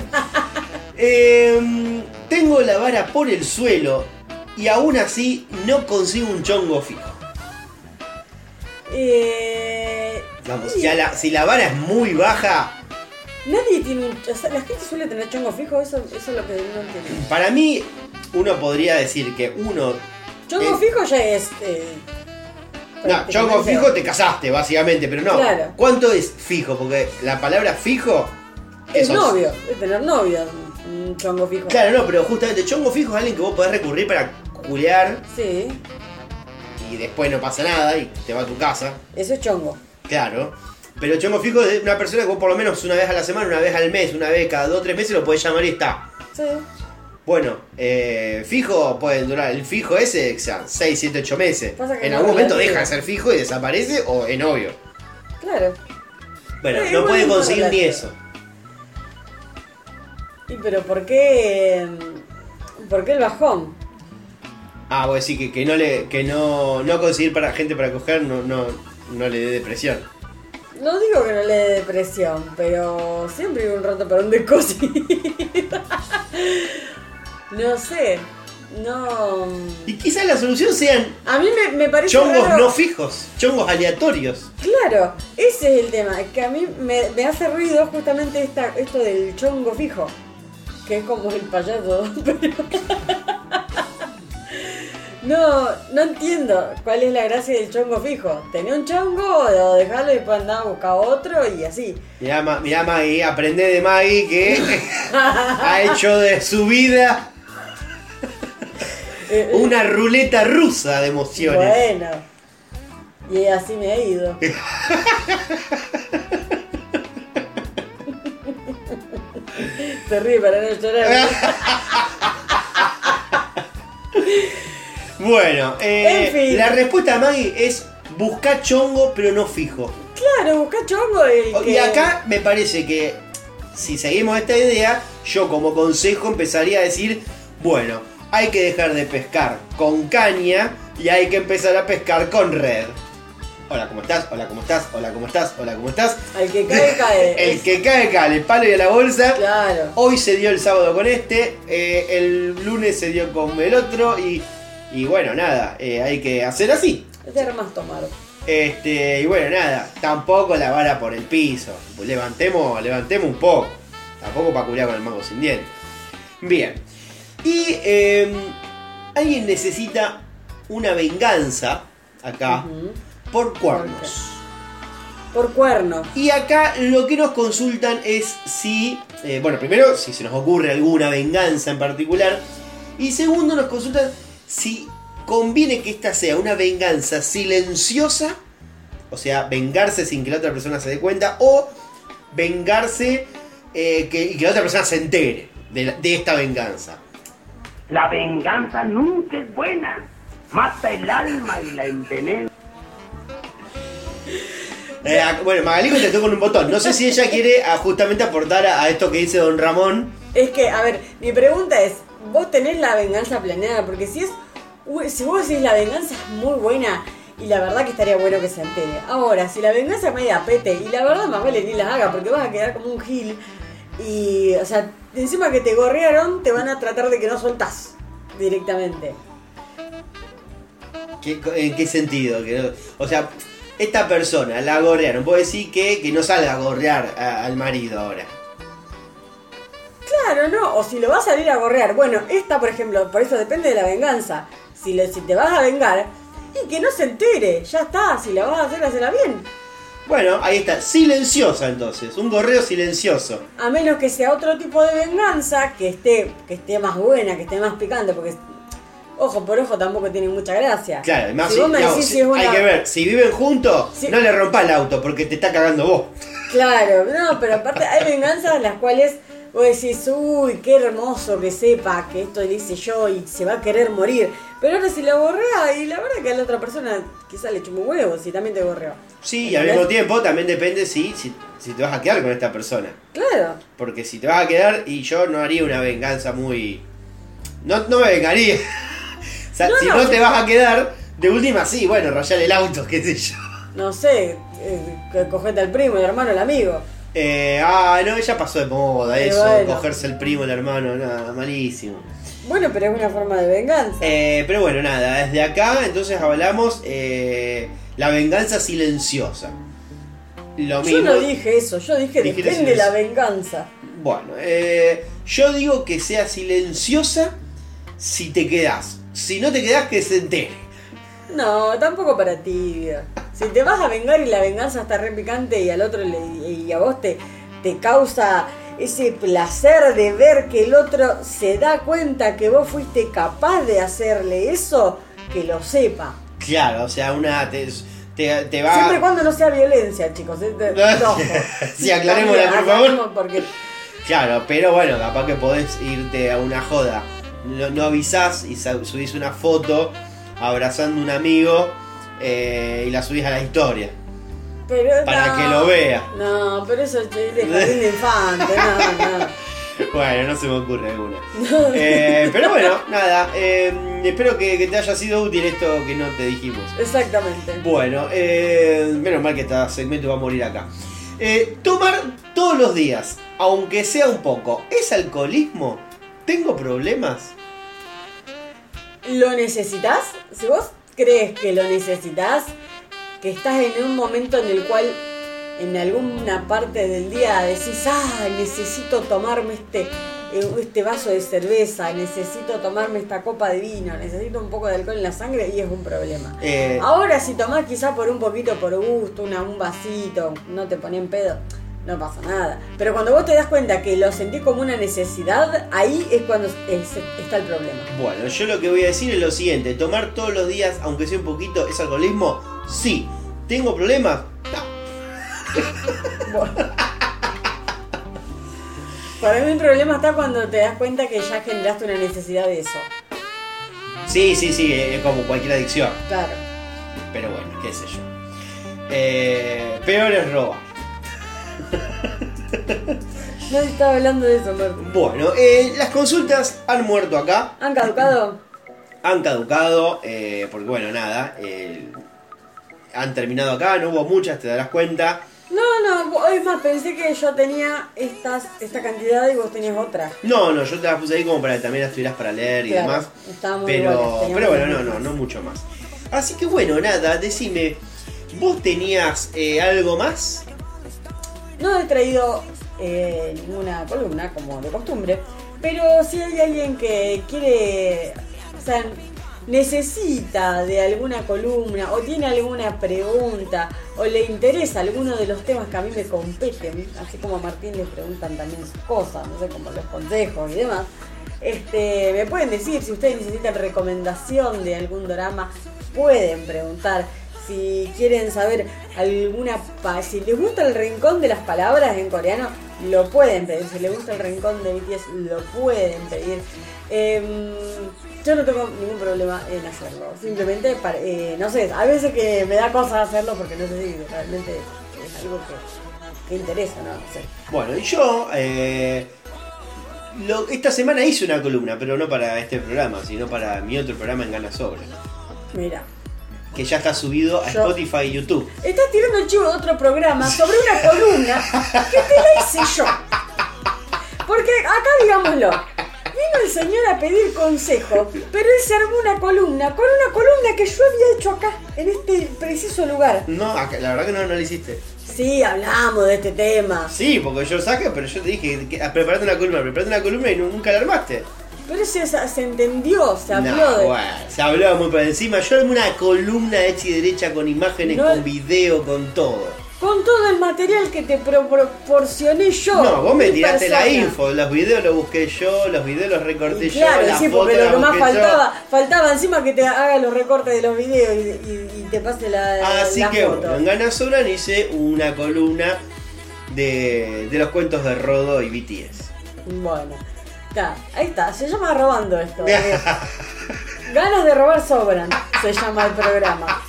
Em, tengo la vara por el suelo y aún así no consigo un chongo fijo. Eh, Vamos, ya la- si la vara es muy baja, Nadie tiene un... o sea, la gente suele tener chongo fijo, eso, eso es lo que no entiendo. para mí uno podría decir que uno... Chongo Eh, fijo ya es... eh, No, prácticamente- chongo fijo te casaste, básicamente, pero no. Claro. ¿Cuánto es fijo? Porque la palabra fijo Es eso novio, es tener novio, un chongo fijo. Claro, no, pero justamente chongo fijo es alguien que vos podés recurrir para culear Sí, y después no pasa nada y te va a tu casa. eso es chongo. Claro. Pero chongo fijo es una persona que vos por lo menos una vez a la semana, una vez al mes, una vez cada dos o tres meses lo podés llamar y está. Sí. Bueno, eh, fijo pueden durar. El fijo ese, o sea, 6, 7, 8 meses. Pasa que En no algún momento hablan, deja de sí. ser fijo y desaparece o es novio. Claro. Bueno, Eh, no igual pueden no conseguir ni hablan. eso. ¿Y pero por qué? eh, ¿Por qué el bajón? Ah, vos decís que, que no le. que no. no conseguir para gente para coger no, no, no le dé depresión. No digo que no le dé depresión, pero siempre hay un rato para un descosir. no sé. No. mm, Y quizás la solución sean A mí me, me parece chongos raro- no fijos, chongos aleatorios. Claro, ese es el tema, que a mí me, me hace ruido justamente esta, esto del chongo fijo, que es como el payaso, pero... No, no entiendo cuál es la gracia del chongo fijo. Tener un chongo o dejarlo y después andar a buscar otro y así. Mirá, Ma- mirá Maggie, aprende de Maggie que ha hecho de su vida Eh, eh, una ruleta rusa de emociones. Bueno. Y así me he ido. Se ríe para no llorar. Bueno, eh, En fin. la respuesta de Maggie es buscar chongo pero no fijo. Claro, busca chongo el que... Oh, Y acá me parece que si seguimos esta idea, yo como consejo empezaría a decir, bueno, hay que dejar de pescar con caña y hay que empezar a pescar con red. Hola, ¿cómo estás? Hola, ¿cómo estás? Hola, ¿cómo estás? Hola, ¿cómo estás? Al que cae, cae. El que cae, cae, el palo y a la bolsa. Claro. Hoy se dio el sábado con este, eh, el lunes se dio con el otro y, y bueno, nada, eh, hay que hacer así. Te armas tomar. Este, y bueno, nada, tampoco la vara por el piso. Levantemos, levantemos un poco. Tampoco para curar con el mango sin dientes. Bien. em, Y eh, alguien necesita una venganza acá Ujú. por cuernos. Por cuernos. Y acá lo que nos consultan es si, eh, bueno, primero, si se nos ocurre alguna venganza en particular. Y segundo, nos consultan si conviene que esta sea una venganza silenciosa, o sea, vengarse sin que la otra persona se dé cuenta, o vengarse eh, que, y que la otra persona se entere de, la- de esta venganza. La venganza nunca es buena. Mata el alma y la envenena. Eh, ac- bueno, Magalí contestó con un botón. No sé si ella quiere ah, justamente aportar a- a esto que dice don Ramón. Es que, a ver, mi pregunta es, ¿vos tenés la venganza planeada? Porque si es, u- si vos decís la venganza es muy buena y la verdad que estaría bueno que se entere. Ahora, si la venganza es media pete y la verdad más vale ni la haga porque vas a quedar como un gil y, o sea, encima que te gorrearon te van a tratar de que no soltás directamente. ¿Qué- ¿En qué sentido? Que no- o sea, esta persona la gorrearon. Puedo decir que, que no salga a gorrear a- al marido ahora. Claro, no, o si lo vas a salir a gorrear. Bueno, esta, por ejemplo, por eso depende de la venganza. Si, le- si te vas a vengar, y que no se entere, ya está, si la vas a hacer, hacela bien. Bueno, ahí está. Silenciosa entonces. Un gorreo silencioso. A menos que sea otro tipo de venganza, que esté, que esté más buena, que esté más picante, porque ojo por ojo tampoco tiene mucha gracia. Claro, además si vos me digamos, decís si- si es una- hay que ver, si viven juntos, Sí. no le rompa el auto porque te está cagando vos. Claro, no, pero aparte hay venganzas las cuales vos decís, uy, qué hermoso que sepa que esto le hice yo y se va a querer morir. Pero ahora si la borrea y la verdad que a la otra persona quizá le chumó huevos y también te borreó. Sí, y al mismo tiempo también depende si, si, si te vas a quedar con esta persona. Claro. Porque si te vas a quedar, y yo no haría una venganza muy. No, no me vengaría. o sea, No, si no. no, te vas a quedar, de última sí, bueno, rayar el auto, qué sé yo. No sé, eh, que cogete al primo, el hermano, el amigo. Eh, ah, no, ya pasó de moda Y eso, Eh, bueno. cogerse el primo, el hermano, nada, malísimo. Bueno, pero es una forma de venganza. Eh, pero bueno, nada, desde acá entonces hablamos eh, la venganza silenciosa. Lo mismo. Yo no dije eso, yo dije Dijiste depende de eso. la venganza. Bueno, eh, yo digo que sea silenciosa si te quedás. Si no te quedás, que se entere. No, tampoco para ti. Si te vas a vengar y la venganza está re picante y al otro le- y a vos te, te causa ese placer de ver que el otro se da cuenta que vos fuiste capaz de hacerle eso, que lo sepa. Claro, o sea, una te, te, te va. Siempre y cuando no sea violencia, chicos. eh, te- No. ojo. Sí, aclarémosla, por Aclaremos favor. Porque Claro, pero bueno, capaz que podés irte a una joda. No, no avisás y sa- subís una foto abrazando a un amigo eh, y la subís a la historia. pero Para no. que lo vea. No, pero eso es de jardín de infante, no, no. Bueno, no se me ocurre alguna. Eh, pero bueno, nada. eh, espero que, que te haya sido útil esto que no te dijimos. Exactamente. Bueno, eh, menos mal que este segmento va a morir acá. Eh, tomar todos los días, aunque sea un poco, ¿es alcoholismo? ¿Tengo problemas? ¿Lo necesitas? Si vos crees que lo necesitas, que estás en un momento en el cual en alguna parte del día decís, ah, necesito tomarme este, eh, este vaso de cerveza, necesito tomarme esta copa de vino, necesito un poco de alcohol en la sangre y es un problema. Eh, Ahora si tomás quizá por un poquito, por gusto, una, un vasito, no te ponen pedo, no pasa nada. Pero cuando vos te das cuenta que lo sentís como una necesidad, ahí es cuando es- está el problema. Bueno, yo lo que voy a decir es lo siguiente: tomar todos los días, aunque sea un poquito, ¿es alcoholismo? Sí. ¿Tengo problemas? No. Para mí el problema está cuando te das cuenta que ya generaste una necesidad de eso. Sí, sí, sí, eh, es como cualquier adicción. Claro. Pero bueno, qué sé yo. Eh, peor es robar. Nadie estaba hablando de eso, Marco. Bueno, eh, las consultas han muerto acá. ¿Han caducado? han caducado, eh, porque bueno, nada, eh, han terminado acá, no hubo muchas, te darás cuenta. No, no, hoy más pensé que yo tenía estas, esta cantidad y vos tenías otra. No, no, yo te las puse ahí como para que también las tuvieras para leer y Claro, demás. estábamos iguales, Pero, teníamos pero bueno, las no, no, mismas. no mucho más. Así que bueno, nada, decime, ¿vos tenías eh, algo más? No he traído eh, ninguna columna, como de costumbre, pero si hay alguien que quiere, o sea, necesita de alguna columna o tiene alguna pregunta o le interesa alguno de los temas que a mí me competen, así como a Martín les preguntan también sus cosas, no sé, como los consejos y demás, este, me pueden decir si ustedes necesitan recomendación de algún drama, pueden preguntar. Si quieren saber alguna, pa- si les gusta el rincón de las palabras en coreano, lo pueden pedir. Si les gusta el rincón de BTS, lo pueden pedir. Em, yo no tengo ningún problema en hacerlo. Simplemente, para- eh, no sé, a veces que me da cosa hacerlo porque no sé si realmente es algo que, que interesa, ¿no? No sé. Bueno, y yo eh, lo- esta semana hice una columna, pero no para este programa, sino para mi otro programa en Gana Sobre, Mira. que ya está subido a Yo- Spotify y YouTube. Estás tirando el chivo de otro programa sobre una columna que te la hice yo. Porque acá digámoslo, vino el señor a pedir consejo, pero él se armó una columna con una columna que yo había hecho acá, en este preciso lugar. No, acá- la verdad que no, no lo hiciste. Sí, hablamos de este tema, Sí, porque yo saqué, pero yo te dije, que, ah, preparate una columna, preparate una columna y nu- nunca la armaste. pero se, se entendió, se habló No, de... bueno, se hablaba muy por encima. Yo armé una columna hecha y derecha con imágenes, No. con video, con todo. Con todo el material que te pro- proporcioné yo. No, vos me mi tiraste la persona. info, los videos los busqué yo, los videos los recorté Y yo, claro, las sí, fotos porque lo las que más busqué yo. faltaba, faltaba encima que te haga los recortes de los videos y, y- y te pase la, Así la Ah, que foto. bueno, en Ganas Sobran hice una columna de, de los cuentos de Rodo y BTS. Bueno, está, ahí está, se llama robando esto. eh. Ganas de robar sobran, se llama el programa.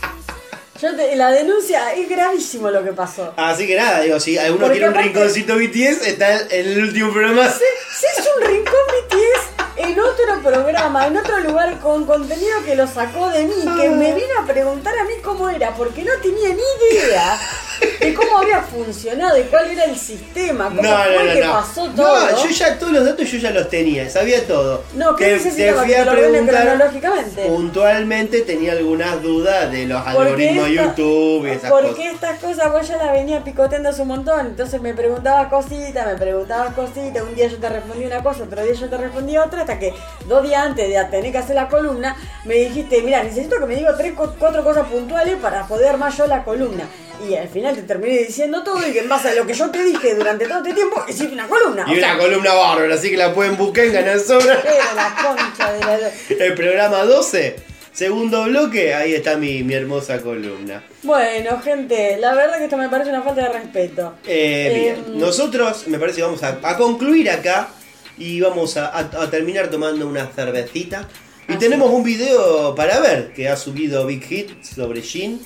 Yo te- la denuncia es gravísimo lo que pasó. Así que nada, digo, si alguno Porque quiere un aparte- rinconcito BTS, está en el último programa. Si es un rincón BTS en otro programa, en otro lugar con contenido que lo sacó de mí, que Ah. me vino a preguntar a mí cómo era, porque no tenía ni idea de cómo había funcionado y cuál era el sistema, cómo No, fue no, que no, no. pasó todo. No, yo ya todos los datos yo ya los tenía, sabía todo. No, ¿qué Te- necesitaba? te Que fui te a lo ordene preguntar cronológicamente. puntualmente tenía algunas dudas de los Porque algoritmos de esta- YouTube y esas porque cosas. estas cosas vos ya las venía picoteando hace un montón. Entonces me preguntabas cositas, me preguntabas cositas. Un día yo te respondí una cosa, otro día yo te respondí otra. Hasta que dos días antes de tener que hacer la columna, me dijiste: Mira, necesito que me digas tres, cu- cuatro cosas puntuales para poder más yo la columna. Y al final te terminé diciendo todo. Y que en base a lo que yo te dije durante todo este tiempo, hiciste una columna. Y O sea, una columna bárbara, así que la pueden buscar en Ganas Sobran. pero la concha de la. El programa 12, segundo bloque, ahí está mi, mi hermosa columna. Bueno, gente, la verdad que esto me parece una falta de respeto. Eh, Em, bien, nosotros me parece que vamos a, a concluir acá y vamos a, a- a terminar tomando una cervecita. Y tenemos un video para ver que ha subido Big Hit sobre Jin.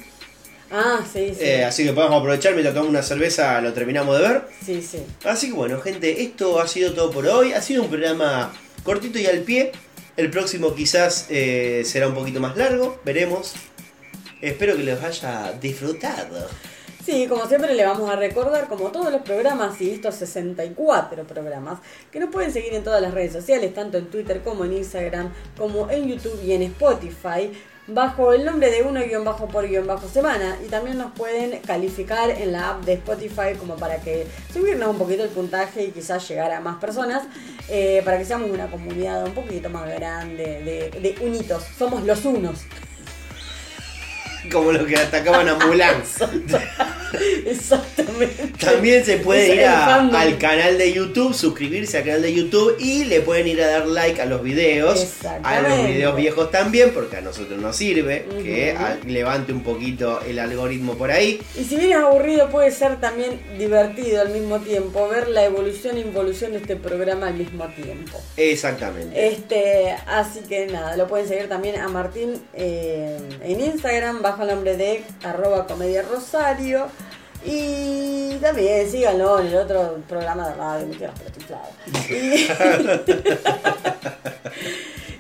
Ah, sí, sí. Eh, así que podemos aprovechar mientras tomamos una cerveza, lo terminamos de ver. Sí, sí. Así que bueno, gente, esto ha sido todo por hoy. Ha sido un programa cortito y al pie. El próximo quizás eh, será un poquito más largo, veremos. Espero que los haya disfrutado. Sí, como siempre le vamos a recordar, como todos los programas y estos 64 programas, que nos pueden seguir en todas las redes sociales, tanto en Twitter como en Instagram, como en YouTube y en Spotify, bajo el nombre de uno guión bajo por guión bajo semana. Y también nos pueden calificar en la app de Spotify como para que subirnos un poquito el puntaje y quizás llegar a más personas, eh, para que seamos una comunidad un poquito más grande, de, de unitos. Somos los unos. Como los que atacaban a Mulan. Exactamente. También se puede Es ir el a- fandom. al canal de YouTube, suscribirse al canal de YouTube y le pueden ir a dar like a los videos. A los Exactamente. videos viejos también, porque a nosotros nos sirve que a- levante un poquito el algoritmo por ahí. Y si bien es aburrido, puede ser también divertido al mismo tiempo ver la evolución e involución de este programa al mismo tiempo. Exactamente. Este, así que nada, lo pueden seguir también a Martín eh, en Instagram bajo el nombre de arroba comedia rosario. Y también síganlo en el otro programa de radio, me quiero platiflado.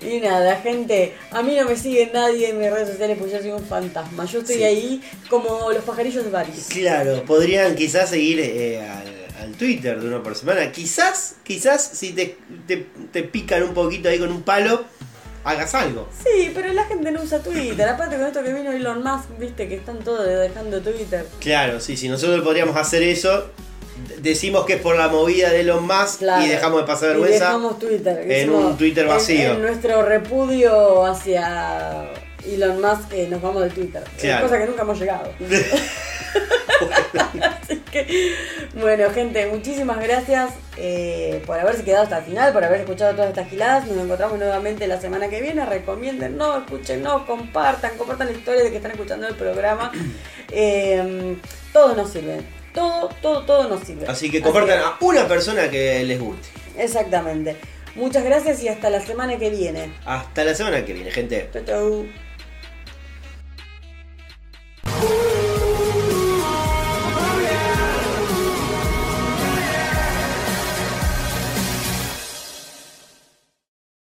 Y, y nada, gente, a mí no me sigue nadie en mis redes sociales porque yo soy un fantasma. Yo estoy Sí. ahí como los pajarillos de París. Claro, podrían quizás seguir eh, al, al Twitter de uno por semana. Quizás, quizás si te, te- te pican un poquito ahí con un palo, hagas algo. Sí, pero la gente no usa Twitter. Aparte con esto que vino Elon Musk, viste que están todos dejando Twitter. Claro, sí, si nosotros podríamos hacer eso, decimos que es por la movida de Elon Musk Claro. y dejamos de pasar Y vergüenza. dejamos Twitter. que en somos- un Twitter en- vacío. En, nuestro repudio hacia Elon Musk, eh, nos vamos de Twitter. Es Claro. cosa que nunca hemos llegado. Así que, bueno, gente, muchísimas gracias eh, por haberse quedado hasta el final, por haber escuchado todas estas giladas. Nos encontramos nuevamente la semana que viene. Recomienden, no, escuchen, no, compartan, compartan la historia de que están escuchando el programa. Eh, todo nos sirve. Todo, todo, todo nos sirve. Así que compartan a una persona que les guste. Exactamente. Muchas gracias y hasta la semana que viene. Hasta la semana que viene, gente. Chau, chau.